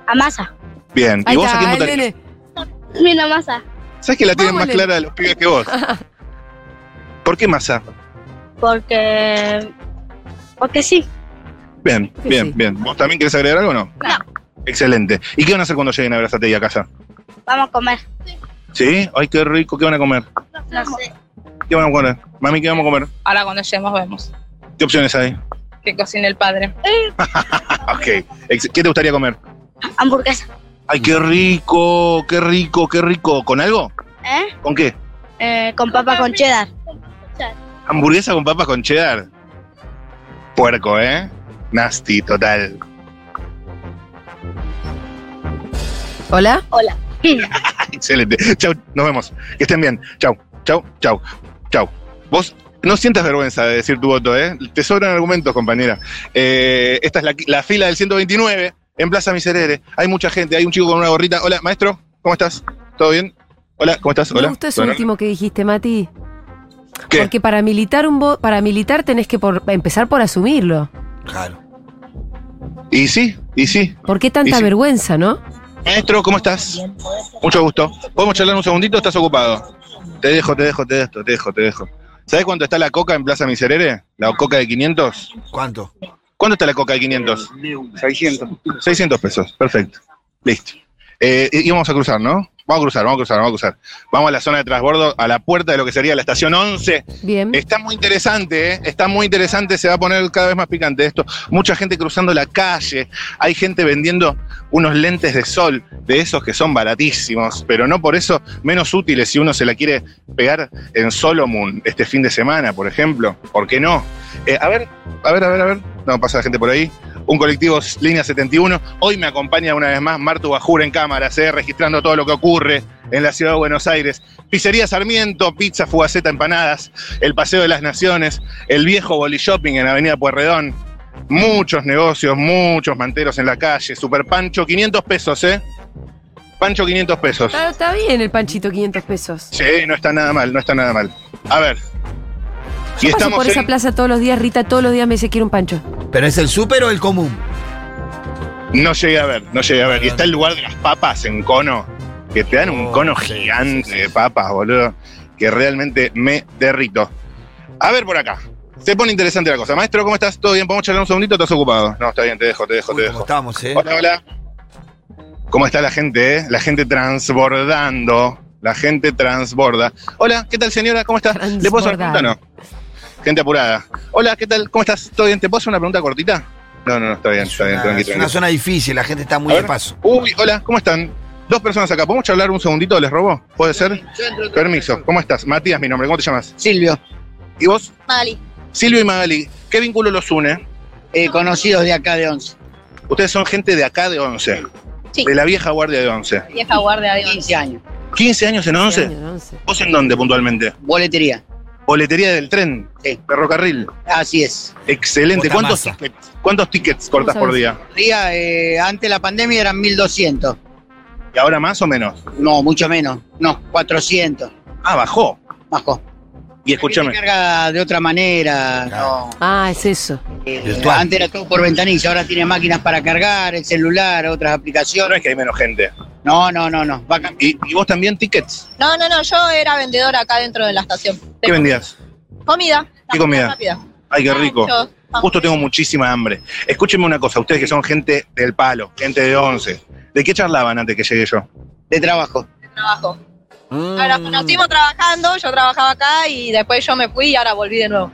A masa.
Bien, ¿y
Ahí
vos a quién
está, Ah, el
votarías?
nene.
Mira, masa.
¿Sabes que la tienen más
Vámonos.
clara de los pibes que vos? ¿Por qué masa?
Porque. Porque sí.
Bien,
Que
bien,
sí.
bien. ¿Vos también querés agregar algo o no?
No.
Excelente. ¿Y qué van a hacer cuando lleguen a abrazarte y a casa?
Vamos a comer.
¿Sí? Ay, qué rico. ¿Qué van a comer?
No sé.
¿Qué van a comer? Mami, ¿qué vamos a comer?
Ahora cuando lleguemos vemos.
¿Qué opciones hay?
Que cocine el padre.
Ah, Ok. Ex- ¿Qué te gustaría comer?
Hamburguesa.
Ay, qué rico, qué rico, qué rico. ¿Con algo?
¿Eh?
¿Con qué?
Eh, con papa con cheddar.
Hamburguesa con papas con cheddar. Puerco, ¿eh? Nasty, total.
¿Hola?
Hola.
Excelente. Chau, nos vemos. Que estén bien. Chau, chau, chau, chau. Vos no sientas vergüenza de decir tu voto, ¿eh? Te sobran argumentos, compañera. Eh, esta es la, la fila del 129 en Plaza Miserere. Hay mucha gente, hay un chico con una gorrita. Hola, maestro, ¿cómo estás? ¿Todo bien? Hola, ¿cómo estás? Hola.
Me gustó eso
Bueno,
último que dijiste, Mati.
¿Qué?
Porque para militar un vo- para militar tenés que por- empezar por asumirlo.
Claro.
Y sí, y sí.
¿Por qué tanta
Y sí.
vergüenza, no?
Maestro, ¿cómo estás? Mucho gusto. ¿Podemos charlar un segundito? ¿Estás ocupado? Te dejo, te dejo, te dejo, te dejo, te dejo. ¿Sabes cuánto está la coca en Plaza Miserere? ¿La coca de 500?
¿Cuánto?
¿Cuánto está la coca de 500? 600. 600 pesos, perfecto. Listo. Eh, y y vamos a cruzar, ¿no? Vamos a cruzar, vamos a cruzar, vamos a cruzar. Vamos a la zona de transbordo, a la puerta de lo que sería la estación 11
Bien.
Está muy interesante, ¿eh? está muy interesante, se va a poner cada vez más picante esto. Mucha gente cruzando la calle, hay gente vendiendo unos lentes de sol, de esos que son baratísimos, pero no por eso menos útiles si uno se la quiere pegar en Solomon este fin de semana, por ejemplo. ¿Por qué no? Eh, a ver, a ver, a ver, a ver. No, pasa la gente por ahí. Un colectivo Línea 71. Hoy me acompaña una vez más Martu Bajur en cámaras, eh, registrando todo lo que ocurre en la ciudad de Buenos Aires. Pizzería Sarmiento, pizza, fugaceta, empanadas, el Paseo de las Naciones, el viejo Boli Shopping en Avenida Puerredón. Muchos negocios, muchos manteros en la calle. Super Pancho, 500 pesos, ¿eh? Pancho, 500 pesos.
Está, está bien el panchito, 500 pesos.
Sí, no está nada mal, no está nada mal. A ver.
Yo paso por esa
en-
plaza todos los días, Rita, todos los días me dice quiero un pancho.
¿Pero es el súper o el común?
No llegué a ver, no llegué a ver. Y está el lugar de las papas en cono, que te dan un
Oh,
cono
sí, sí,
gigante
sí,
de
sí.
papas, boludo, que realmente me derrito. A ver por acá. Se pone interesante la cosa. Maestro, ¿cómo estás? ¿Todo bien? ¿Podemos charlar un segundito? ¿Estás ocupado? No, está bien, te dejo, te dejo,
Uy,
te
¿Cómo
dejo.
estamos, eh?
Hola, hola. ¿Cómo está la gente, eh? La gente transbordando. La gente transborda. Hola, ¿qué tal, señora? ¿Cómo estás? ¿Le puedo hacer una pregunta
Transbordar.
o no? Gente apurada. Hola, ¿qué tal? ¿Cómo estás? ¿Todo bien? ¿Te puedo hacer una pregunta cortita? No, no, no, está bien,
Es
está bien,
una,
tranqui,
es una
tranqui.
zona difícil, la gente está muy
A
de
ver.
paso.
Uy, hola, ¿cómo están? Dos personas acá. ¿Podemos charlar un segundito? ¿Les robo? ¿Puede ser? Permiso, ¿cómo estás? Matías, mi nombre. ¿Cómo te llamas?
Silvio,
¿Y vos?
Mali.
Silvio y Magali. ¿Qué vínculo los une?
eh, conocidos de acá de Once.
Ustedes son gente de acá de 11.
Sí.
De la vieja guardia de 11.
Vieja guardia de
15 años.
15 años en 11.
Año, once.
¿Vos en dónde puntualmente?
Boletería.
Boletería del tren.
Sí.
Ferrocarril.
Así es.
Excelente.
Poca
¿Cuántos
masa.
tickets, ¿Cuántos tickets
¿Cómo
cortas por
sabes?
día?
Ría, eh, antes de la pandemia eran 1200.
¿Y ahora más o menos?
No, mucho menos. No, 400.
Ah, bajó.
Bajó.
Y
Se
escúchame.
carga de otra manera.
Claro.
no.
Ah, es eso.
Eh,
Virtual.
antes era todo por ventanilla, ahora tiene máquinas para cargar, el celular, otras
No
aplicaciones.
es que hay menos gente.
No, no, no, no. Va a cambiar.
¿Y, y vos también tickets?
No, no, no, yo era vendedora acá dentro de la estación.
¿Qué vendías?
Comida.
¿Qué comida?
Rápida.
Ay, qué rico.
Panchos,
Justo tengo muchísima hambre. Escúchenme una cosa, ustedes que son gente del palo, gente de once. ¿De qué charlaban antes que llegue yo?
de trabajo.
trabajo. Ahora conocimos trabajando, yo trabajaba acá y después yo me fui y ahora volví de nuevo.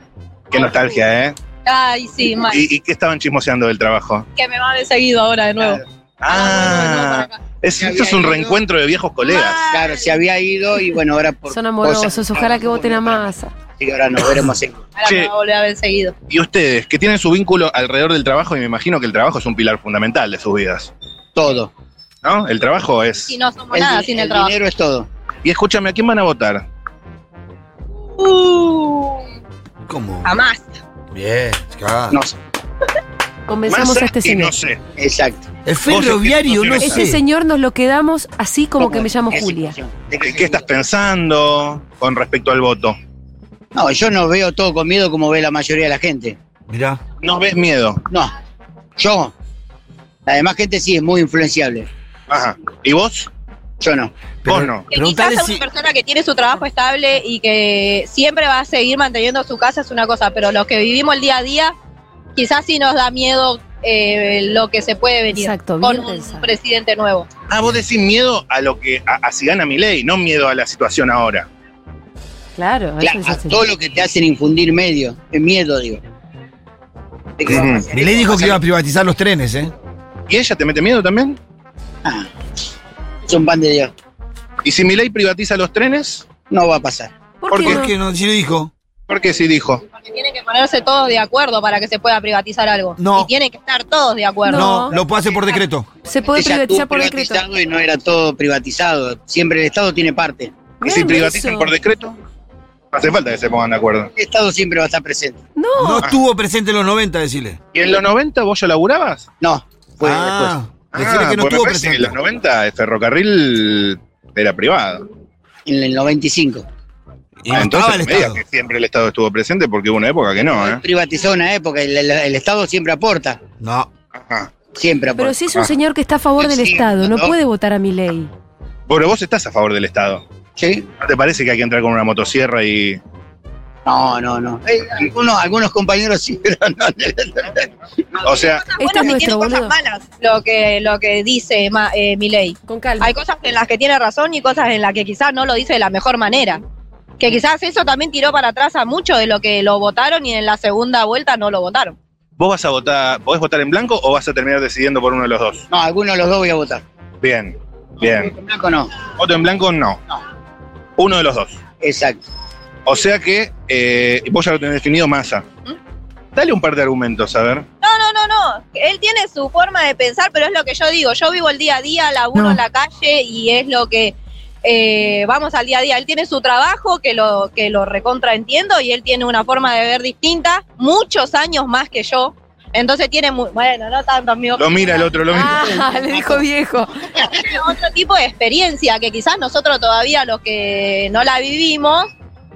Qué nostalgia, ¿eh?
Ay, sí, mal.
¿Y, y qué estaban chismoseando del trabajo?
Que me va de seguido ahora de nuevo.
Ah, es, esto es un reencuentro de viejos colegas.
Claro, se había ido y bueno, ahora por.
Son amorosos,
cosas-
ojalá que voten a masa.
Sí, ahora nos veremos en-
Ahora
Che.
me va a volver a ver seguido.
Y ustedes, que tienen su vínculo alrededor del trabajo y me imagino que el trabajo es un pilar fundamental de sus vidas,
todo.
¿no? El trabajo es...
Si no somos
El
nada
di-
sin
el
el trabajo.
dinero es todo.
Y escúchame, ¿a quién van a votar?
Uh,
¿Cómo?
jamás.
Bien, claro.
No sé.
Convenzamos
Masa
a este
y
señor.
no sé.
Exacto.
El ferroviario, no
Vos
Este
sé.
señor nos lo quedamos así como que me llamo
Esa
Julia.
situación. ¿De
¿Qué
se
estás
trata?
pensando con respecto al voto?
No, yo no veo todo con miedo como ve la mayoría de la gente.
Mirá.
¿No ves miedo?
No. Yo. La demás gente sí es muy influenciable.
Ajá. ¿Y vos?
Yo no.
Vos no.
Que quizás
Preguntale
a una
si.
persona que tiene su trabajo estable y que siempre va a seguir manteniendo su casa es una cosa, pero los que vivimos el día a día, quizás sí nos da miedo eh, lo que se puede venir
Exacto,
con
bien
un
pensado.
presidente nuevo.
Ah, vos decís miedo a lo que, a, a si gana mi ley, no miedo a la situación ahora.
Claro,
La-
eso es
a
así.
todo lo que te hacen infundir medio, eh, miedo, digo. ¿De qué va a pasar?
Milei dijo que iba a privatizar los trenes, ¿eh?
¿Y ella te mete miedo también?
Ah, es un pan de Dios.
¿Y si mi ley privatiza los trenes?
No va a pasar.
¿Por
¿por
qué
qué?
no?
Porque no, si lo dijo.
¿Por qué sí dijo?
Porque tienen que ponerse todos de acuerdo para que se pueda privatizar algo.
No.
Y tienen que estar todos de acuerdo.
No,
No.
lo puede hacer por decreto.
Se puede
Ella estuvo
privatizar por decreto.
privatizando y no era todo privatizado. Siempre el Estado tiene parte.
¿Y si
Bueno,
privatizan
eso.
por decreto? No hace falta que se pongan de acuerdo.
El Estado siempre va a estar presente.
No estuvo presente en los 90, decirle.
¿Y en los 90 vos ya laburabas?
No, fue después.
Ah, decirle
Ah,
que no
pues me
estuvo
parece que
presente.
en los 90 el ferrocarril era privado.
en el 95.
Y
Ah,
no
entonces
estaba el
no me digas
Estado.
que siempre el Estado estuvo presente porque hubo una época que no, ¿eh?
Privatizó una época, el, el- el Estado siempre aporta,
No.
Ajá.
siempre aporta.
Pero si es un
Ah.
señor que está a favor del
Sí,
Estado, no
¿no?
puede votar a mi ley.
Bueno, vos estás a favor del Estado.
¿Sí?
¿No te parece que hay que entrar con una motosierra y
No, no, no. Eh, algunos, algunos compañeros sí, pero no.
O sea,
Cosas
Este es
buenas y
nuestro,
Ah, tiene
boludo.
cosas malas, lo que, lo que dice ma, eh, Milei.
Con calma.
Hay cosas en las que tiene razón y cosas en las que quizás no lo dice de la mejor manera. Que quizás eso también tiró para atrás a mucho de lo que lo votaron y en la segunda vuelta no lo votaron.
vos vas a votar, podés votar en blanco o vas a terminar decidiendo por uno de los dos.
No, algunos de los dos voy a votar.
Bien, bien.
Blanco no.
Voto en blanco no. Uno de los dos.
Exacto.
O sea que eh, vos ya lo tenés definido masa.
¿Mm?
Dale un par de argumentos, a ver.
No, no, no, no. Él tiene su forma de pensar, pero es lo que yo digo. Yo vivo el día a día, laburo
No.
en la calle y es lo que eh, vamos al día a día. Él tiene su trabajo que lo, que lo recontra entiendo y él tiene una forma de ver distinta, muchos años más que yo. Entonces tiene muy, bueno, no tanto amigo.
Lo mira el otro, lo mira.
Ah, le dijo viejo.
Tiene otro tipo de experiencia que quizás nosotros todavía los que no la vivimos,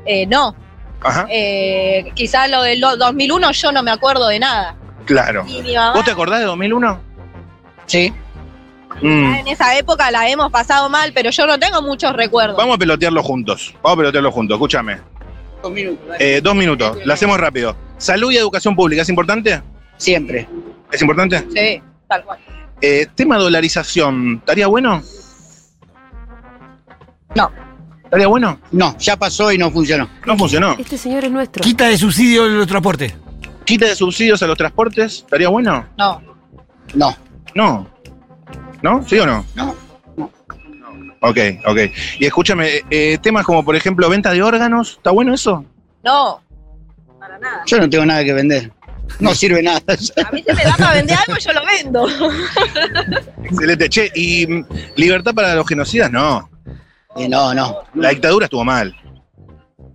eh, no.
Ajá,
Eh, quizás lo del 2001 yo no me acuerdo de nada.
claro.
Ni mi mamá
¿Vos te acordás de 2001?
Sí.
Mm.
En esa época la hemos pasado mal, pero yo no tengo muchos recuerdos.
Vamos a pelotearlo juntos. Vamos a pelotearlo juntos, escúchame.
Dos minutos. dale.
Eh, dos minutos, lo hacemos rápido. Salud y educación pública, ¿es importante?
Siempre.
¿Es importante?
Sí, tal cual.
Eh, tema dolarización, ¿estaría bueno?
No.
¿Estaría bueno?
No, ya pasó y no funcionó.
No funcionó.
Este señor es nuestro.
Quita de subsidio el transporte.
¿Quita de subsidios a los transportes? ¿Estaría bueno?
No.
No.
No. ¿No? ¿Sí o no?
No, no.
Ok, ok. Y escúchame, eh, temas como por ejemplo venta de órganos, ¿está bueno eso?
No. Para nada.
Yo no tengo nada que vender. No sirve nada.
A mí se me da para vender algo, yo lo vendo.
Excelente. Che, y mm, libertad para los genocidas, no.
Eh, No, no.
La dictadura estuvo mal.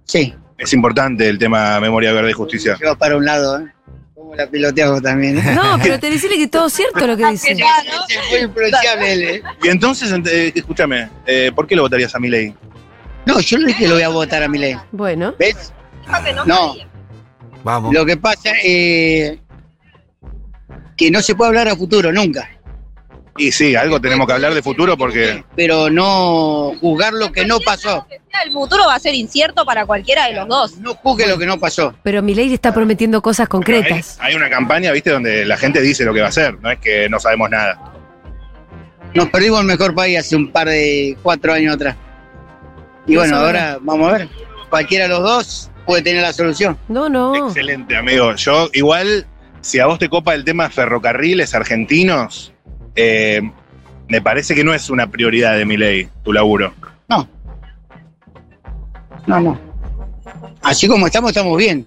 Sí.
Es importante el tema memoria, verdad y justicia.
Yo para un lado, ¿eh? Como la piloteago también. ¿eh?
No, pero te decirle que todo cierto lo que dice.
Se fue influenciable él, ¿eh?
Y entonces, ent- eh, escúchame, eh, ¿por qué lo votarías a mi ley?
No, yo no dije que lo voy a votar a mi ley.
Bueno,
¿Ves?
Dijo que
No.
quería.
Vamos.
Lo que pasa es que no se puede hablar a futuro nunca.
Y sí, algo tenemos que hablar de futuro porque.
Pero no juzgar lo que no
Algo
pasó.
que sea, El futuro va a ser incierto para cualquiera de los dos.
No juzgue lo que no pasó.
pero mi ley está prometiendo cosas
Hay,
concretas.
hay una campaña, viste, donde la gente dice lo que va a hacer, no es que no sabemos nada.
Nos perdimos el mejor país hace un par de cuatro años atrás. Y bueno,
Eso es
ahora vamos a ver. Cualquiera de los dos puede tener la solución.
No, no.
Excelente, amigo. Yo, igual, si a vos te copa el tema ferrocarriles argentinos, eh, me parece que no es una prioridad de mi ley, tu laburo.
No, no. Así como estamos, estamos bien.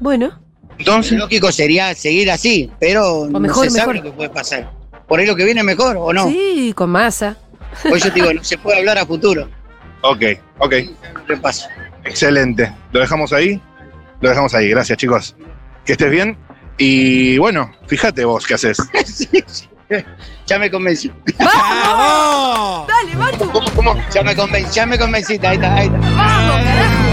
Bueno,
Lo
Entonces,
lógico sería seguir así, pero
mejor,
no se sabe
mejor.
lo que puede pasar. Por ahí lo que viene es mejor o no.
sí, con masa.
Por eso te digo, no se puede hablar a futuro.
ok, ok,
¿Qué pasa?
excelente. ¿Lo dejamos ahí? Lo dejamos ahí, gracias, chicos. Que estés bien. Y bueno, fíjate vos qué haces.
Sí, sí. Ya me convencí.
¡Vamos!
Dale, Matu.
¿Cómo, cómo? Ya me convencí, ya me convencí. Ahí está, ahí está.
Vamos, carajo.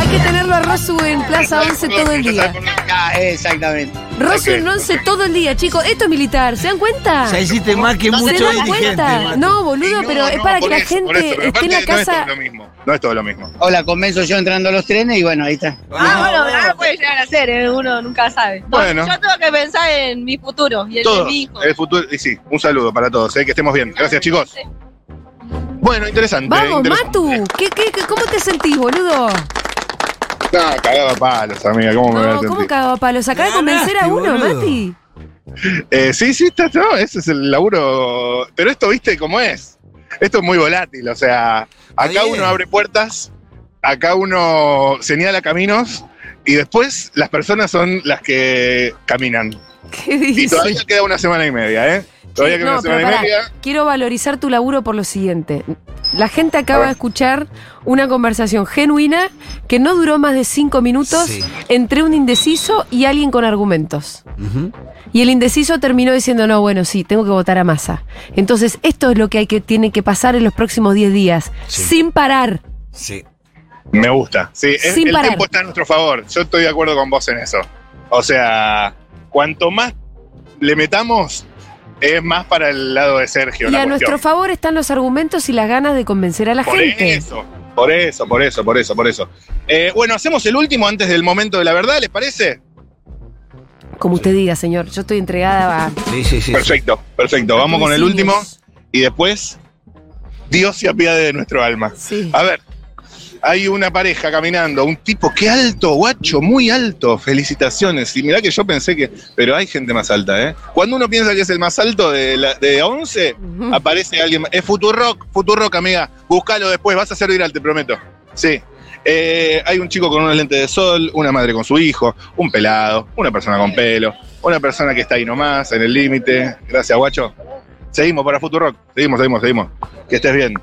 Hay que tenerlo a Rosu en Plaza 11 todo el día.
Ya, exactamente.
Rosu en 11 todo el día, chicos. Esto es militar, ¿se dan cuenta?
Ya hiciste más que
¿Se
mucho
dan
dirigente.
cuenta?
Mati.
No, boludo, pero es para que la gente esté en la casa.
No es todo lo mismo. No es todo lo mismo.
O la convenzo yo entrando a los trenes y bueno, ahí está.
Ah, bueno, nada puede llegar a ser, ¿eh? uno nunca sabe. No,
Bueno.
Yo tengo que pensar en mi futuro y en
Todo.
mi hijo.
El futuro, y sí, un saludo para todos, eh, que estemos bien. Gracias, chicos. Bueno, interesante.
Vamos,
interesante.
Matu. ¿Qué, qué, qué- cómo te sentís, boludo?
No, Ah, cagaba palos, amiga, ¿cómo me voy a
No, Oh, ¿cómo
sentir?
cagaba palos? Acá de
Me
convencer a
ganaste,
uno,
boludo.
Mati.
Eh, sí, sí, está, no, ese es el laburo. Pero esto, viste, cómo es. Esto es muy volátil, o sea, acá
bien.
uno abre puertas, acá uno señala caminos y después las personas son las que caminan.
¿Qué
Y todavía
dices?
queda una semana y media, ¿eh? Todavía
Che,
queda
no,
una semana
pero
y media.
Quiero valorizar tu laburo por lo siguiente. La gente acaba de escuchar una conversación genuina que no duró más de cinco minutos
Sí.
entre un indeciso y alguien con argumentos.
Ujú.
Y el indeciso terminó diciendo, no, bueno, sí, tengo que votar a masa. Entonces, esto es lo que, hay que tiene que pasar en los próximos 10 días,
Sí.
sin parar.
Sí.
Me gusta. Sí, es-
Sin
el
parar.
tiempo está a nuestro favor. Yo estoy de acuerdo con vos en eso. O sea, cuanto más le metamos, es más para el lado de Sergio.
Y
la
a
cuestión.
nuestro favor están los argumentos y las ganas de convencer a la
por
gente.
eso, por eso, por eso, por eso, por eso. Eh, bueno, hacemos el último antes del momento de la verdad, ¿les parece?
Como usted diga, señor, yo estoy entregada a...
Sí, sí, sí.
Perfecto, perfecto. Vamos con el último y después Dios se apiade de nuestro alma.
Sí.
A ver, hay una pareja caminando, un tipo, qué alto, guacho, muy alto. Felicitaciones. Y mirá que yo pensé que. Pero hay gente más alta, ¿eh? Cuando uno piensa que es el más alto de, la, de 11,
Ujú.
aparece alguien más. Es Futurock, Futurock, amiga. Búscalo después, vas a ser viral, te prometo. Sí. Eh, hay un chico con unos lentes de sol, una madre con su hijo, un pelado, una persona con pelo, una persona que está ahí nomás, en el límite. Gracias, guacho. Seguimos para Futurock. Seguimos, seguimos, seguimos. Que estés bien.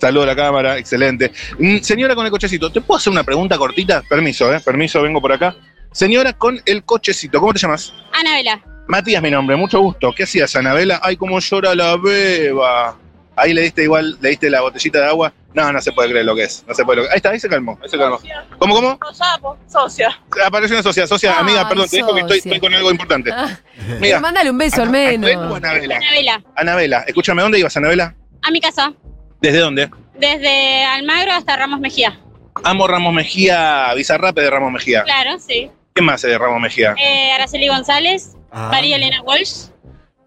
Saludo a la cámara, excelente. Mm, Señora con el cochecito, ¿te puedo hacer una pregunta cortita? Permiso, ¿eh? Permiso, vengo por acá. Señora con el cochecito, ¿cómo te llamas?
Anabela,
Matías, mi nombre, mucho gusto. ¿Qué hacías, Anabela? Ay, cómo llora la beba. Ahí le diste igual, le diste la botellita de agua. No, no se puede creer lo que es. No se puede lo que- Ahí está, ahí se calmó, ahí se calmó. ¿Cómo, cómo?
socia.
Apareció una socia, socia,
Ay,
amiga, perdón, te dijo que estoy,
socia.
estoy con algo importante.
Ah, pero
Mira,
mándale un beso al menos.
Anabela?
Anabela,
Anabela, escúchame, ¿dónde ibas, Anabela?
a mi casa,
¿Desde dónde?
desde Almagro hasta Ramos Mejía.
Amo Ramos Mejía, Bizarrape de Ramos Mejía.
Claro, sí.
¿Qué más es de Ramos Mejía?
Eh, Araceli González,
Ah.
María Elena Walsh,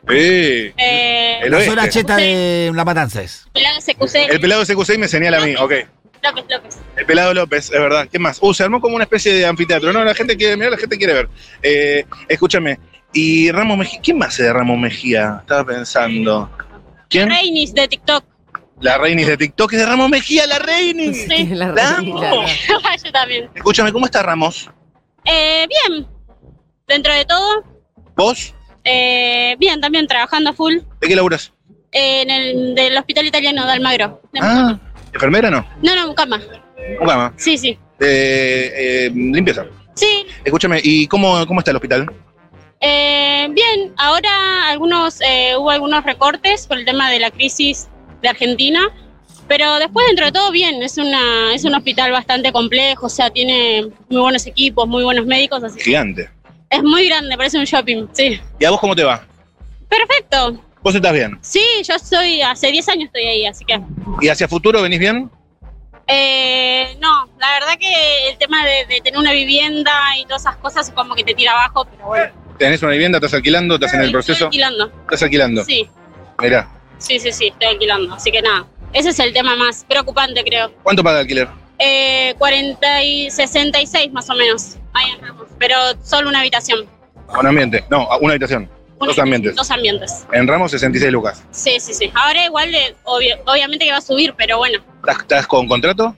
Eh,
eh,
El
La
oeste.
zona cheta de La Matanza es.
Pelado CQC,
el pelado de CQC me señala a mí, ok.
López López.
El pelado López, es verdad. ¿Qué más? Uh, se armó como una especie de anfiteatro. No, la gente quiere, mirá, la gente quiere ver. Eh, escúchame. Y Ramos Mejía, ¿quién más es de Ramos Mejía? Estaba pensando. ¿Quién?
Reinis de TikTok.
La Reinis de TikTok es de Ramos Mejía, la Reinis.
Sí. Ah,
La
La
reina,
amo.
la-
Yo también.
Escúchame, ¿cómo está Ramos?
Eh, bien, dentro de todo,
¿Vos?
eh, bien, también trabajando a full
¿De qué laburas?
en el del Hospital Italiano de Almagro. De
Ah, ¿enfermera no?
No, no, Mucama.
Un cama.
Sí, sí.
Eh, eh, limpieza.
Sí,
Escúchame, ¿y cómo, cómo está el hospital?
eh, bien, ahora algunos eh, hubo algunos recortes por el tema de la crisis de Argentina, pero después dentro de todo bien, es una es un hospital bastante complejo, o sea, tiene muy buenos equipos, muy buenos médicos, así que
Gigante.
es muy grande, parece un shopping, sí.
¿Y a vos cómo te va?
Perfecto.
¿Vos estás bien?
Sí, yo soy hace 10 años estoy ahí, así que
¿Y hacia futuro venís bien?
Eh, no, la verdad que el tema de, de tener una vivienda y todas esas cosas como que te tira abajo, pero bueno.
¿Tenés una vivienda? ¿Estás alquilando? ¿Estás en el
Estoy
proceso?
alquilando,
¿Estás alquilando?
sí,
Mirá.
sí, sí, sí, estoy alquilando, así que nada. Ese es el tema más preocupante, creo.
¿Cuánto paga el alquiler?
Eh, 40 y 66 más o menos, ahí andamos, pero solo una habitación.
Un ambiente. No, una habitación.
Una
Dos
habitación,
ambientes.
Dos ambientes,
En Ramos, 66 lucas.
sí, sí, sí. Ahora igual, eh, obvio- obviamente que va a subir, pero bueno.
¿Estás, estás con contrato?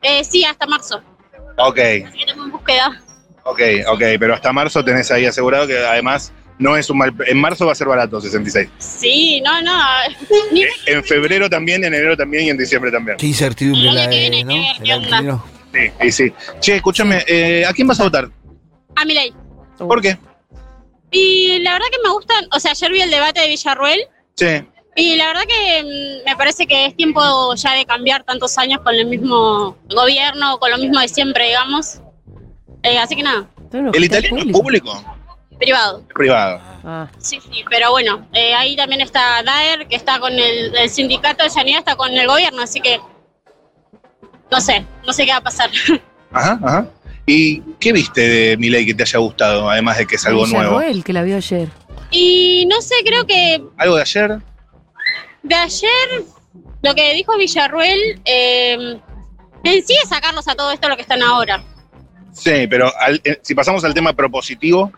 Eh, sí, hasta marzo,
Ok,
así que tengo en búsqueda.
ok, ok. Pero hasta marzo tenés ahí asegurado que además no es un mal... En marzo va a ser barato, 66.
Sí, no, no,
Eh, En febrero también, en enero también y en diciembre también.
Qué incertidumbre
El año
la
que viene
de,
hay
¿no?
que ver qué
El
onda.
alquilero.
Sí, sí, sí. Che, escúchame, eh, ¿a quién vas a votar?
a mi ley.
¿Por qué?
Y la verdad que me gustan, o sea, ayer vi el debate de Villarruel
Sí.
y la verdad que mm, me parece que es tiempo ya de cambiar tantos años con el mismo gobierno, con lo mismo de siempre, digamos. Eh, así que nada,
No, no,
¿El
está
italiano es público?
privado.
Es privado.
Ah,
Sí, sí, pero bueno, eh, ahí también está Daer, que está con el, el sindicato de sanidad, está con el gobierno, así que no sé, no sé qué va a pasar.
Ajá, ajá. ¿Y qué viste de Milei que te haya gustado, además de que es algo nuevo?
Villarroel, que la vio ayer.
Y no sé, creo que
¿Algo de ayer?
De ayer, lo que dijo Villarruel, eh, en sí es sacarlos a todo esto lo que están ahora.
Sí, pero al- eh, si pasamos al tema propositivo,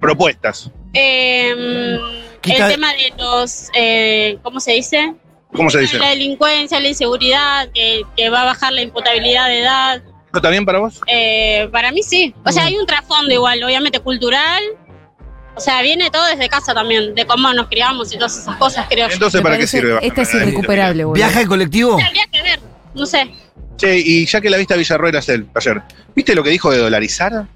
propuestas.
Eh,
Quita-
el tema de los, eh, ¿cómo se dice?
¿Cómo se dice?
La delincuencia, la inseguridad, que, que va a bajar la imputabilidad de edad.
¿No está bien para vos?
Eh, para mí sí. O
Mm.
sea, hay un trasfondo igual, obviamente cultural. O sea, viene todo desde casa también, de cómo nos criamos y todas esas cosas, creo yo.
Entonces,
Me
¿para qué
parece-
sirve?
Esta es
Baja-
irrecuperable, boludo.
¿Viaja en colectivo?
Habría que No sé.
Che, y ya que la viste a Villarroel ayer, ayer, ¿viste lo que dijo de dolarizar?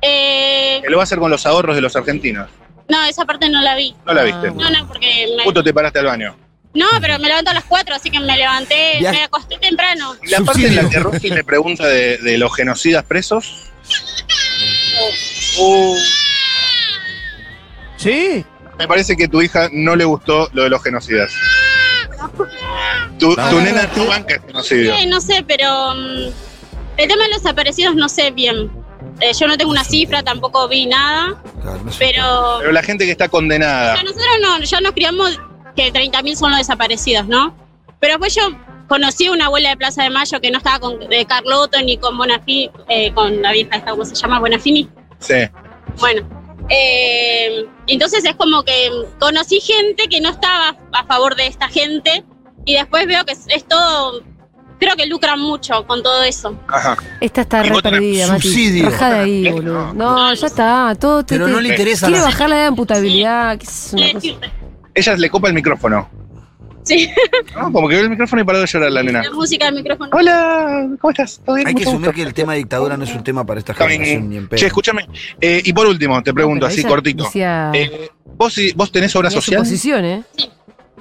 Eh,
Que lo va a hacer con los ahorros de los argentinos.
no, esa parte no la vi.
No la viste.
No, no, porque me-
Justo te paraste al baño.
No, pero me levanto a las 4, así que me levanté,
Viaj-
me acosté temprano.
Y la parte en la que Rossi le pregunta de, de los genocidas presos. Uh,
¿Sí?
me parece que tu hija no le gustó lo de los genocidas. Tu, tu nena no banca el genocidio.
Sí, no sé, pero mm, el tema de los desaparecidos no sé bien. Eh, yo no tengo una cifra, tampoco vi nada,
Claro, no sé.
pero
Pero la gente que está condenada.
Ya nosotros no, ya nos criamos que 30.000 son los desaparecidos, ¿no? Pero después yo conocí a una abuela de Plaza de Mayo que no estaba con de Carlotto ni con Bonafini, eh, con la vieja esta, ¿cómo se llama? Bonafini.
Sí.
Bueno, eh, entonces es como que conocí gente que no estaba a favor de esta gente y después veo que es, es todo, creo que lucran mucho con todo eso.
Ajá.
Esta está
Y
re
vos tenés
perdida, Mati.
subsidio.
Rajá de ahí,
Eh, No.
boludo. No, ya está. Todo te,
Pero no
te-
le interesa
Quiere
la-
bajar la edad de imputabilidad. que es una
¿Qué
cosa-
decirte?
Ella le copa el micrófono.
Sí,
¿no? Como que ve el micrófono y paró de llorar la nena.
la música del micrófono.
Hola, ¿cómo estás? ¿Todo bien?
Hay que
Mucho
asumir
gusto.
que el tema de dictadura no es un tema para esta
Está bien.
generación ni en pedo.
Che, escúchame. eh, y por último, te pregunto
Pero
así
ella
cortito.
decía-
Eh, ¿vos, si- ¿Vos tenés obra
tenía su
social?
posición, ¿eh?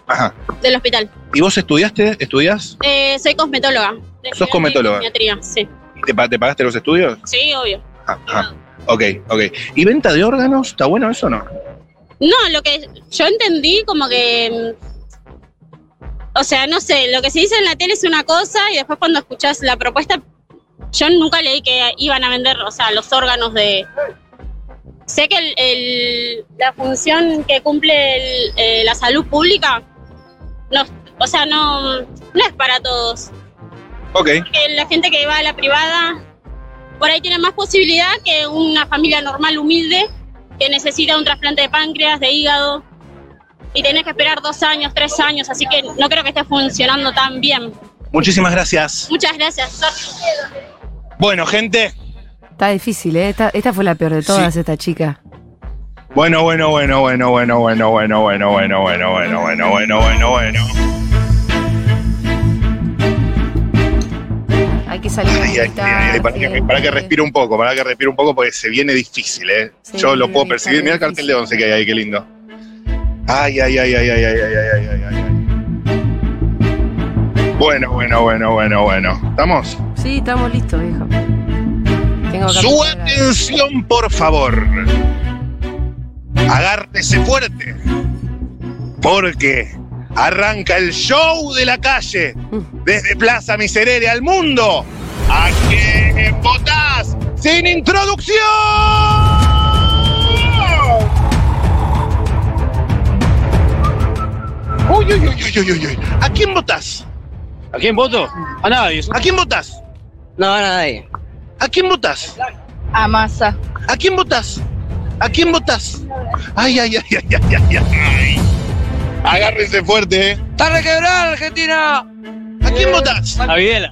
Ajá.
Del hospital.
¿Y vos estudiaste? ¿Estudias?
Eh, soy cosmetóloga.
Sos cosmetóloga.
Pediatría, sí.
¿Te, pa- te pagaste los estudios?
Sí, obvio.
Ajá. Ok, ok. ¿Y venta de órganos? ¿Está bueno eso o no?
No, lo que yo entendí como que... mm, O sea, no sé, lo que se dice en la tele es una cosa y después cuando escuchás la propuesta, yo nunca leí que iban a vender, o sea, los órganos de... Sé que el- el- la función que cumple el- eh, la salud pública, no, o sea, no, no es para todos.
Ok.
que la gente que va a la privada por ahí tiene más posibilidad que una familia normal humilde que necesita un trasplante de páncreas, de hígado y tenés que esperar dos años, tres años, así que no creo que esté funcionando tan bien.
Muchísimas gracias.
Muchas gracias.
Bueno, gente.
Está difícil, ¿eh? Esta, esta fue la peor de todas, esta chica.
Bueno, bueno, bueno, bueno, bueno, bueno, bueno, bueno, bueno, bueno, bueno, bueno, bueno, bueno, bueno.
Hay que salir a
Ay, ay,
militar,
ay, ay, para, que,
gente.
para que respire un poco, para que respire un poco, porque se viene difícil, ¿eh?
Sí,
Yo lo
sí,
puedo
está
percibir. Mira el cartel
difícil.
de once que hay ahí, qué lindo. Ay, ay, ay, ay, ay, ay, ay, ay, ay, ay, ay. Bueno, bueno, bueno, bueno, bueno. ¿Estamos?
Sí, estamos listos, viejo. Tengo acá
Su
mi celular.
atención, por favor. Agárrese fuerte. Porque arranca el show de la calle.
Mm.
Desde Plaza Miserere al mundo. ¿A quién votás? ¡Sin introducción! Uy, uy, uy, uy, uy, uy, uy. ¿A quién votás?
¿A quién voto? A nadie.
¿A quién votás?
No, nadie.
¿A quién votás?
A masa.
¿A quién votás? ¿A quién votás? Ay, ay, ay, ay, ay, ay, ay. Agárrense fuerte, ¿eh?
¡Está requebrada Argentina!
¿A quién votás?
A Videla.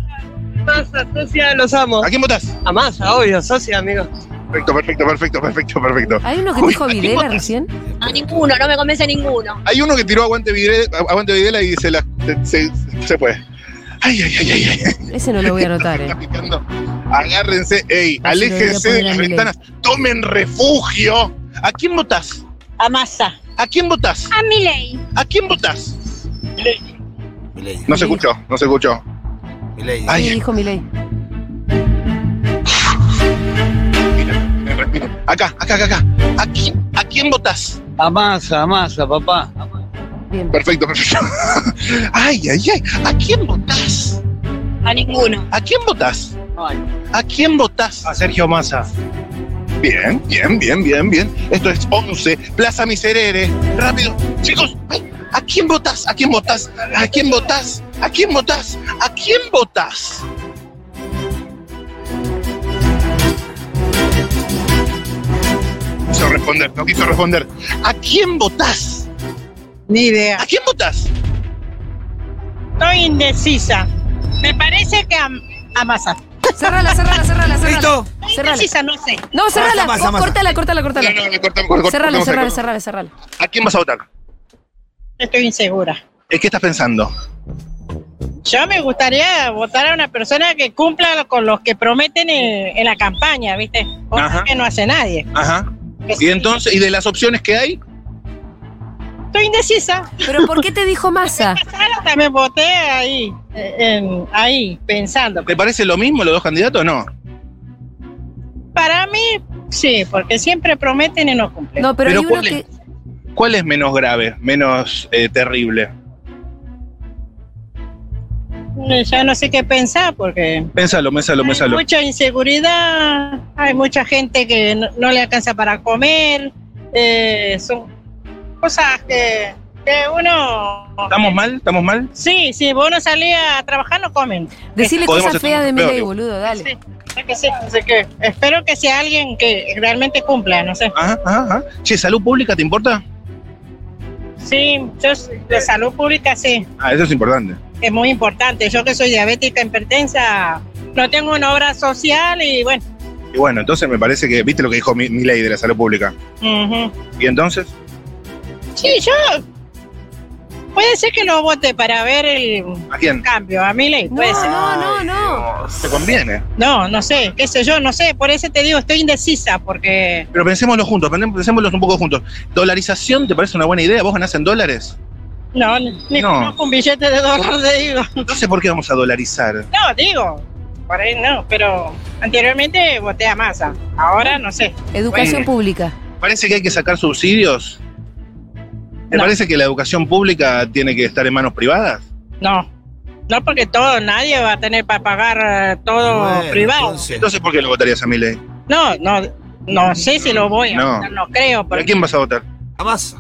Masa, socia, los amo.
¿A quién votás?
A masa, obvio, socia, amigo.
Perfecto, perfecto, perfecto, perfecto, perfecto.
¿Hay uno que
Uy,
dijo
¿a quién
Videla
votas?
recién?
A ninguno, no me convence ninguno.
Hay uno que tiró aguante Videla, aguante Videla y se, la, se, se- se fue. Ay, ay, ay, ay, ay.
Ese no lo voy a anotar, ¿eh?
Está picando. Agárrense, ey,
Ah, sí, lo voy a
aléjense de
poner
las
a mi ley.
ventanas. Tomen refugio. ¿A quién votás?
A masa.
¿A quién votás?
A mi ley.
¿A quién votás?
Milei,
No se escuchó, no se escuchó.
Milei.
Ay.
Sí, dijo Milei.
Acá, acá, acá, acá. ¿A quién, ¿A quién votás?
A masa, a masa, papá.
Bien.
Perfecto, perfecto. Ay, ay, ay. ¿A quién votás?
A ninguno.
¿A quién votás? ¿A quién votás?
A Sergio Massa.
Bien, bien, bien, bien, bien. Esto es 11, Plaza Miserere. Rápido. Chicos, ay, ¿a quién votás? ¿A quién votás? ¿A quién votás? ¿A quién votás? ¿A quién votás? Quiso responder, no quiso responder. ¿A quién votás?
Ni idea.
¿A quién votás?
Estoy indecisa. Me parece que a, a masa.
Cerrala, cerrala, cerrala, cerrala.
¿Listo?
Cerrala.
no sé.
No,
Masa,
cerrala.
masa, masa.
Cortala, cortala, cortala.
No, no, no, cortamos, cortamos,
Cerrala,
cortamos,
cerrala,
cortamos.
cerrala, cerrala.
¿A quién vas a votar?
Estoy insegura.
¿En qué estás pensando?
Yo me gustaría votar a una persona que cumpla con los que prometen en, en la campaña, ¿viste? Cosa
Ajá.
que no hace nadie.
Ajá. Y entonces, ¿y de las opciones que hay?
Estoy indecisa.
¿Pero por qué te dijo Massa?
Hasta me voté ahí, eh, en- ahí, pensando.
¿Te parece lo mismo los dos candidatos o no?
Para mí, sí, porque siempre prometen y no cumplen.
No, pero,
Pero
hay uno
¿cuál es?
que.
¿Cuál es menos grave, menos eh, terrible?
Ya no sé qué pensar porque
Pénsalo, ménsalo,
hay
ménsalo.
mucha inseguridad, hay mucha gente que no, no le alcanza para comer, eh, son cosas que, que uno...
¿Estamos mal? ¿Estamos mal?
Sí, si vos no salís a trabajar no comen.
Decirle
Podemos
cosas
estar
feas de
peor,
Milei,
digo.
boludo, dale.
Sé que sí, sé que espero que sea alguien que realmente cumpla, no sé.
Ajá, ajá, ajá. Che, ¿salud pública te importa?
Sí, yo s- de salud pública sí,
Ah, eso es importante.
es muy importante. Yo que soy diabética hipertensa, no tengo una obra social y bueno.
Y bueno, entonces me parece que, ¿viste lo que dijo mi, ley de la salud pública?
ujú.
Y entonces,
Sí, yo. Puede ser que lo vote para ver el
¿a quién?
cambio, a mi ley.
No,
puede ser.
no, no, no.
¿Te conviene?
No, no sé, qué sé yo, no sé. Por eso te digo, estoy indecisa, porque.
Pero pensémoslo juntos, pensé- pensémoslo un poco juntos. ¿Dolarización te parece una buena idea? ¿Vos ganás en dólares?
No, ni
No.
conozco un billete de dólar, te digo.
Entonces, ¿por qué vamos a dolarizar?
No, digo. Por ahí no, pero anteriormente voté a masa. Ahora no sé.
Educación
Bueno.
pública.
¿Parece que hay que sacar subsidios? ¿Te
No.
parece que la educación pública tiene que estar en manos privadas?
No. No, porque todo, nadie va a tener para pagar eh, todo
Bueno,
privado.
entonces,
Entonces, ¿por qué lo votarías a mi ley?
No, no, no sé si lo voy a
No.
votar, no creo.
¿Para
porque-
quién vas a votar?
a Massa.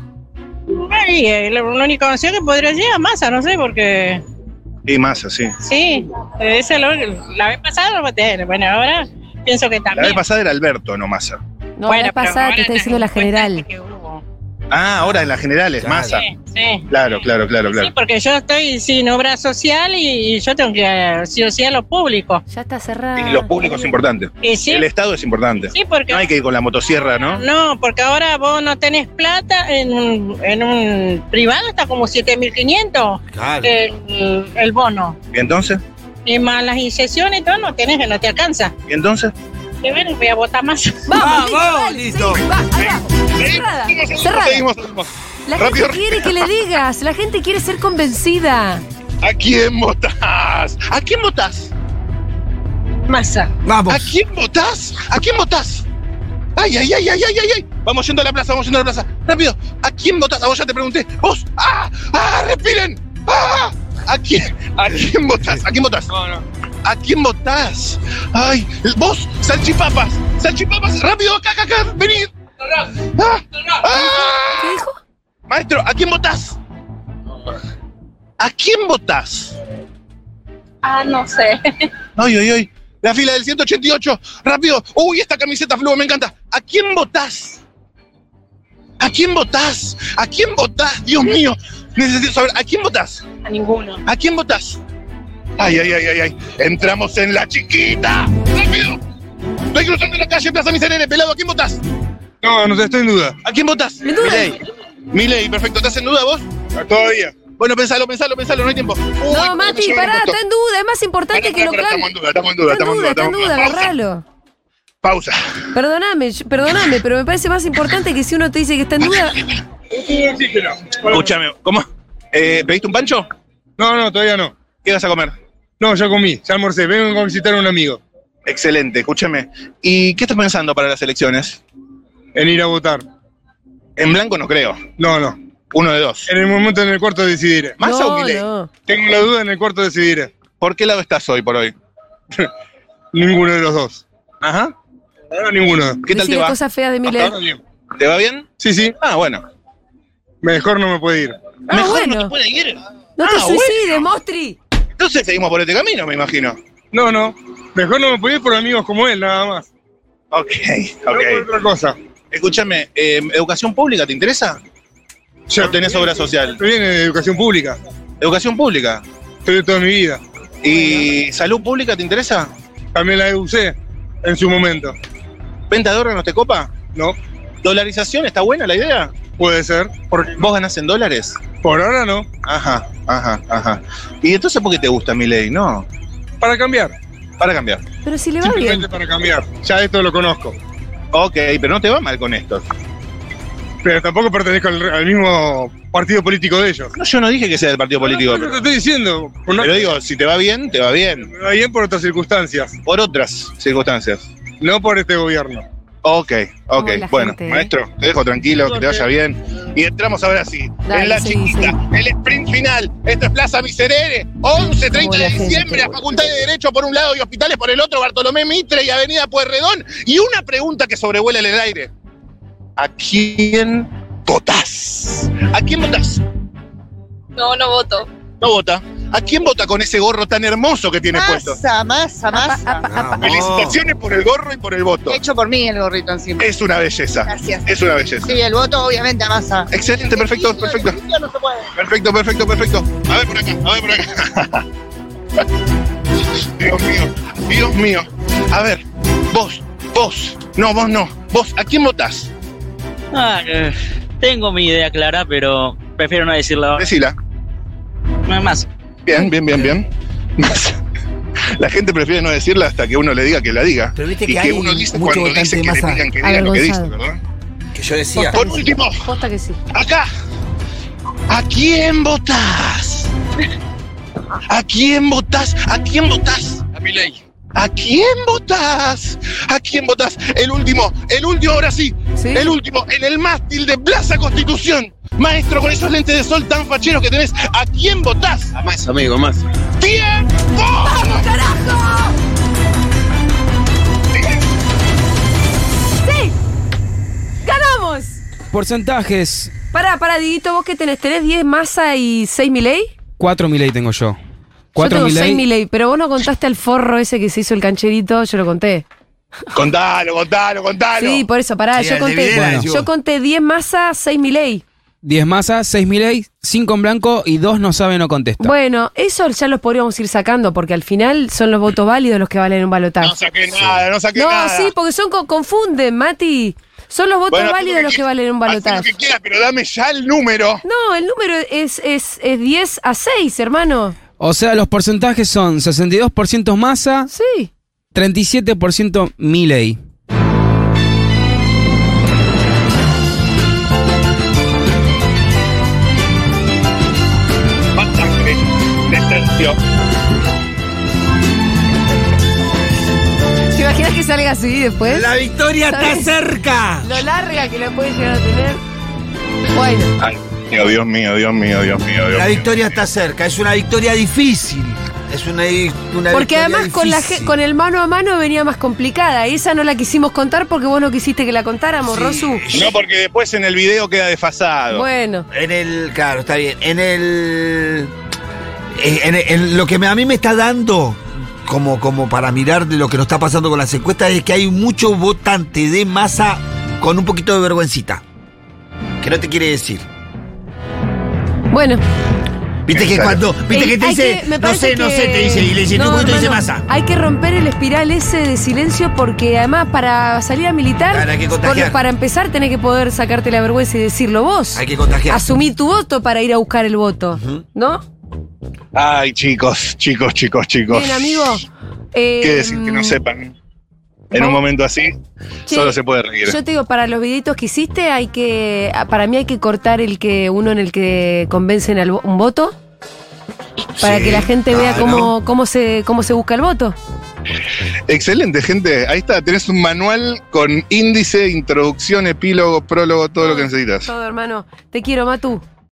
Ay, eh, la la única opción que podría ser es masa, no sé, porque
Y más así.
sí, eh, esa es lo- la vez pasada lo voté, bueno, ahora pienso que
La vez
también.
pasada era Alberto, no Massa.
No,
Bueno,
la
pero
pasada
ahora
te está
la
diciendo la
encuesta
general.
que hubo.
Ah, ahora en las generales,
Claro.
Massa.
Sí, sí.
Claro, claro, claro,
Sí,
claro.
porque yo estoy sin obra social y, y yo tengo que eh, sí o sí a lo público.
Ya está cerrada.
Y los públicos es importante.
Y sí,
El Estado es importante.
sí porque
No hay que ir con la motosierra, ¿no?
no, porque ahora vos no tenés plata en un, en un privado está como 7500
Claro.
Eh, el, el bono.
¿Y entonces?
Y más las inyecciones y todo no tenés que no te alcanza.
¿Y entonces?
Que bueno, voy a votar más.
Vamos,
Vamos, listo.
listo. dale, seguí, va, ahí va. Cerrada. Cerrada.
Seguimos, seguimos.
La
Rápido,
gente quiere que le digas, la gente quiere ser convencida.
¿A quién votás? ¿A quién votás?
Masa.
Vamos.
¿A quién votás? ¿A quién votás? Ay, ay, ay, ay, ay, ay, ay. Vamos yendo a la plaza, vamos yendo a la plaza. Rápido. ¿A quién votás? A vos ya te pregunté. Vos. ¡Ah! ¡Ah! ¡Respiren! ¡Ah! ¿A quién? ¿A quién votás? ¿A quién votás? ¿A quién votás? Ay, vos, salchipapas, salchipapas, rápido, acá, acá, acá, venid. Ah, ah.
¿Qué dijo?
Maestro, ¿a quién votás? ¿A quién votás?
Ah, no sé.
Ay, ay, ay. La fila del 188. Rápido. Uy, esta camiseta fluo me encanta. ¿A quién votás? ¿A quién votás? ¿A quién votás? Dios mío. Necesito saber. ¿A quién votás?
A ninguno.
¿A quién votás? Ay, ay, ay, ay, ay. Entramos en la chiquita. Rápido. Estoy cruzando la calle Plaza Miserere. Pelado, ¿a quién votás?
No, no sé, estoy en duda.
¿A quién votás?
En duda.
Milei. Milei, perfecto. ¿Estás en duda vos?
Todavía.
Bueno, pensalo, pensalo, pensalo. No hay tiempo. Uy,
No, Mati,
me
pará,
costó.
está en duda, es más importante
Pará,
que lo
pará, pará,
clave.
Estamos en duda, estamos en duda,
Está en
estamos
duda, está en duda,
Pausa,
agarralo.
pausa.
Perdóname, yo- perdóname, pero me parece más importante que si uno te dice que está en duda,
Escúchame, ¿cómo? Eh, ¿Pediste un pancho?
No, no, todavía no.
¿Qué vas a comer?
No, ya comí, ya almorcé. Vengo a visitar a un amigo
Excelente, escúchame. ¿Y qué estás pensando para las elecciones?
en ir a votar.
En blanco no creo.
No, no.
Uno de dos.
En el momento en el cuarto decidiré.
¿Massa
no,
o Milei?
no.
Tengo la duda, en el cuarto decidiré.
¿Por qué lado estás hoy por hoy?
Ninguno de los dos.
Ajá.
Ahora ninguno.
¿Qué tal te
Decirle
va?
cosas feas de
Hasta
Milei.
ahora bien.
¿Te va bien?
Sí, sí.
Ah, bueno.
Mejor no me puede ir.
Ah,
Mejor no
bueno.
te puede ir.
No te
Ah,
suicides,
bueno.
Mostri.
Entonces seguimos por este camino, me imagino.
No, no. Mejor no me puede ir por amigos como él, nada más.
Ok,
No por
ok.
otra cosa.
Escúchame, eh, ¿educación pública te interesa?
Ya
¿O tenés obra social?
Estoy en educación pública.
Educación pública.
Estoy de toda mi vida.
¿Y salud pública te interesa?
También la usé en su momento.
¿Venta de órganos te copa?
No,
¿Dolarización está buena la idea?
puede ser.
Porque ¿Vos ganás en dólares? Por ahora no. Ajá, ajá, ajá. ¿Y entonces por qué te gusta mi ley? No. Para cambiar. Para cambiar.
Pero si le va
Simplemente
bien.
para cambiar. Ya esto lo conozco. Ok, pero no te va mal con esto.
Pero tampoco pertenezco al, al mismo partido político de ellos.
No, yo no dije que sea del partido político.
no,
pero-
te estoy diciendo.
Pero digo, si te va bien, te va bien.
Me va bien por otras circunstancias.
Por otras circunstancias.
No por este gobierno.
Ok, ok.
Como la
Bueno,
gente, ¿eh?
maestro, te dejo tranquilo, que te vaya bien. Y entramos ahora sí,
Dale,
en la
sí,
chiquita, el sprint final. Esta es Plaza Miserere, 11, 30 de diciembre, la Facultad de Derecho por un lado y hospitales por el otro, Bartolomé Mitre y Avenida Pueyrredón. Y una pregunta que sobrevuela en el aire. ¿A quién votás? ¿A quién votás?
No, no voto.
No vota. ¿A quién vota con ese gorro tan hermoso que tienes puesto?
Masa, masa, masa.
Felicitaciones por el gorro y por el voto.
Ah, Hecho por mí el gorrito encima.
Es una belleza.
Gracias.
Es una belleza.
Sí, el voto obviamente a masa.
Excelente, perfecto, perfecto.
No se puede.
Perfecto, perfecto, perfecto. A ver por acá, a ver por acá. Dios mío, Dios mío. A ver, vos, vos, no, vos no. Vos, ¿a quién votás?
Ah, eh, tengo mi idea clara, pero prefiero no decirla ahora.
Decila.
Más.
Bien, bien, bien, bien. La gente prefiere no decirla hasta que uno le diga que la diga.
Pero viste
y
que
que
hay
uno dice
mucho
cuando
votante
dice que le
masa
digan que digan lo que dice,
avergonzado.
¿verdad?
Que yo decía.
Por último,
Posta que sí.
acá. ¿A quién votás? ¿A quién votás? ¿A quién votás? A mi ley. ¿A quién votás? ¿A quién votás? El último, el último, ahora sí. El último, en el mástil de Plaza Constitución. Maestro, con esos lentes de sol tan facheros que tenés, ¿a quién votás? A
Más, amigo, más.
¡Tiempo! ¡Vamos,
carajo! ¡Sí! ¡Ganamos!
Porcentajes.
Pará, pará, Diguito, vos que tenés, ¿tenés 10 masa y 6 Milei?
Cuatro Milei tengo yo.
Yo
Cuatro
tengo 6
Milei.
Milei, pero vos no contaste al forro ese que se hizo el cancherito, yo lo conté.
Contalo, contalo, contalo.
Sí, por eso, pará,
Sí,
yo
al de
conté,
Videla, decís
yo
vos.
conté 10 masa, 6 Milei.
Diez masas, seis Milei, cinco en blanco y dos no sabe, no
Mm.
contesta.
Bueno, eso ya los podríamos ir sacando, porque al final son los votos válidos los que valen un balotaje. No
saqué nada, no saqué nada.
No, sí, porque son co- confunden, Mati. Son los votos
Bueno, haz lo
válidos
que
los que
quieras,
valen un
haz lo que
balotaje.
quieras, pero dame ya el número.
No, el número es, es, es 10 a 6, hermano.
O sea, los porcentajes son 62% masa.
Sí.
37% Milei.
Masacre de Sergio.
¿Te imaginas que salga así después?
La victoria está
cerca! Lo larga que la puede llegar a tener. Bueno.
Ay, Dios mío, Dios mío, Dios mío, Dios
La
mío.
victoria está cerca, es una victoria difícil. Es una, di- una
Porque
victoria
además con, la, ge-
difícil.
con el mano a mano venía más complicada. Y esa no la quisimos contar porque vos no quisiste que la contáramos, Rosu.
No, porque después en el video queda desfasado.
Bueno.
En el. Claro, está bien. En el. eh, En, en- en lo que me- a mí me está dando. Como, como para mirar de lo que nos está pasando con las encuestas es que hay mucho votante de masa con un poquito de vergüencita. Que no te quiere decir.
Bueno.
Viste que cuando. Viste
Eh,
que te
hay
dice.
que- me
no
parece
sé, no
que-
sé, te dice. Y le dice,
No,
no, te dice
hermano,
masa.
Hay que romper el espiral ese de silencio porque además para salir a militar,
Claro, hay que contagiar.
bueno, para empezar tenés que poder sacarte la vergüenza y decirlo vos.
Hay que contagiar.
Asumí tu voto para ir a buscar el voto, ¿no?
Ay, chicos, chicos, chicos, chicos.
Bien, amigo.
¿Qué
Eh,
decir que no sepan? En un
vamos-
momento así,
Che,
solo se puede reír.
Yo te digo, para los videitos que hiciste, hay que. Para mí hay que cortar el que uno en el que convencen al vo- un voto. Para
Sí,
que la gente vea
claro.
cómo, cómo, se, cómo se busca el voto.
Excelente, gente. Ahí está, tenés un manual con índice, introducción, epílogo, prólogo, todo lo que necesitas.
Todo, hermano. Te quiero, Matu.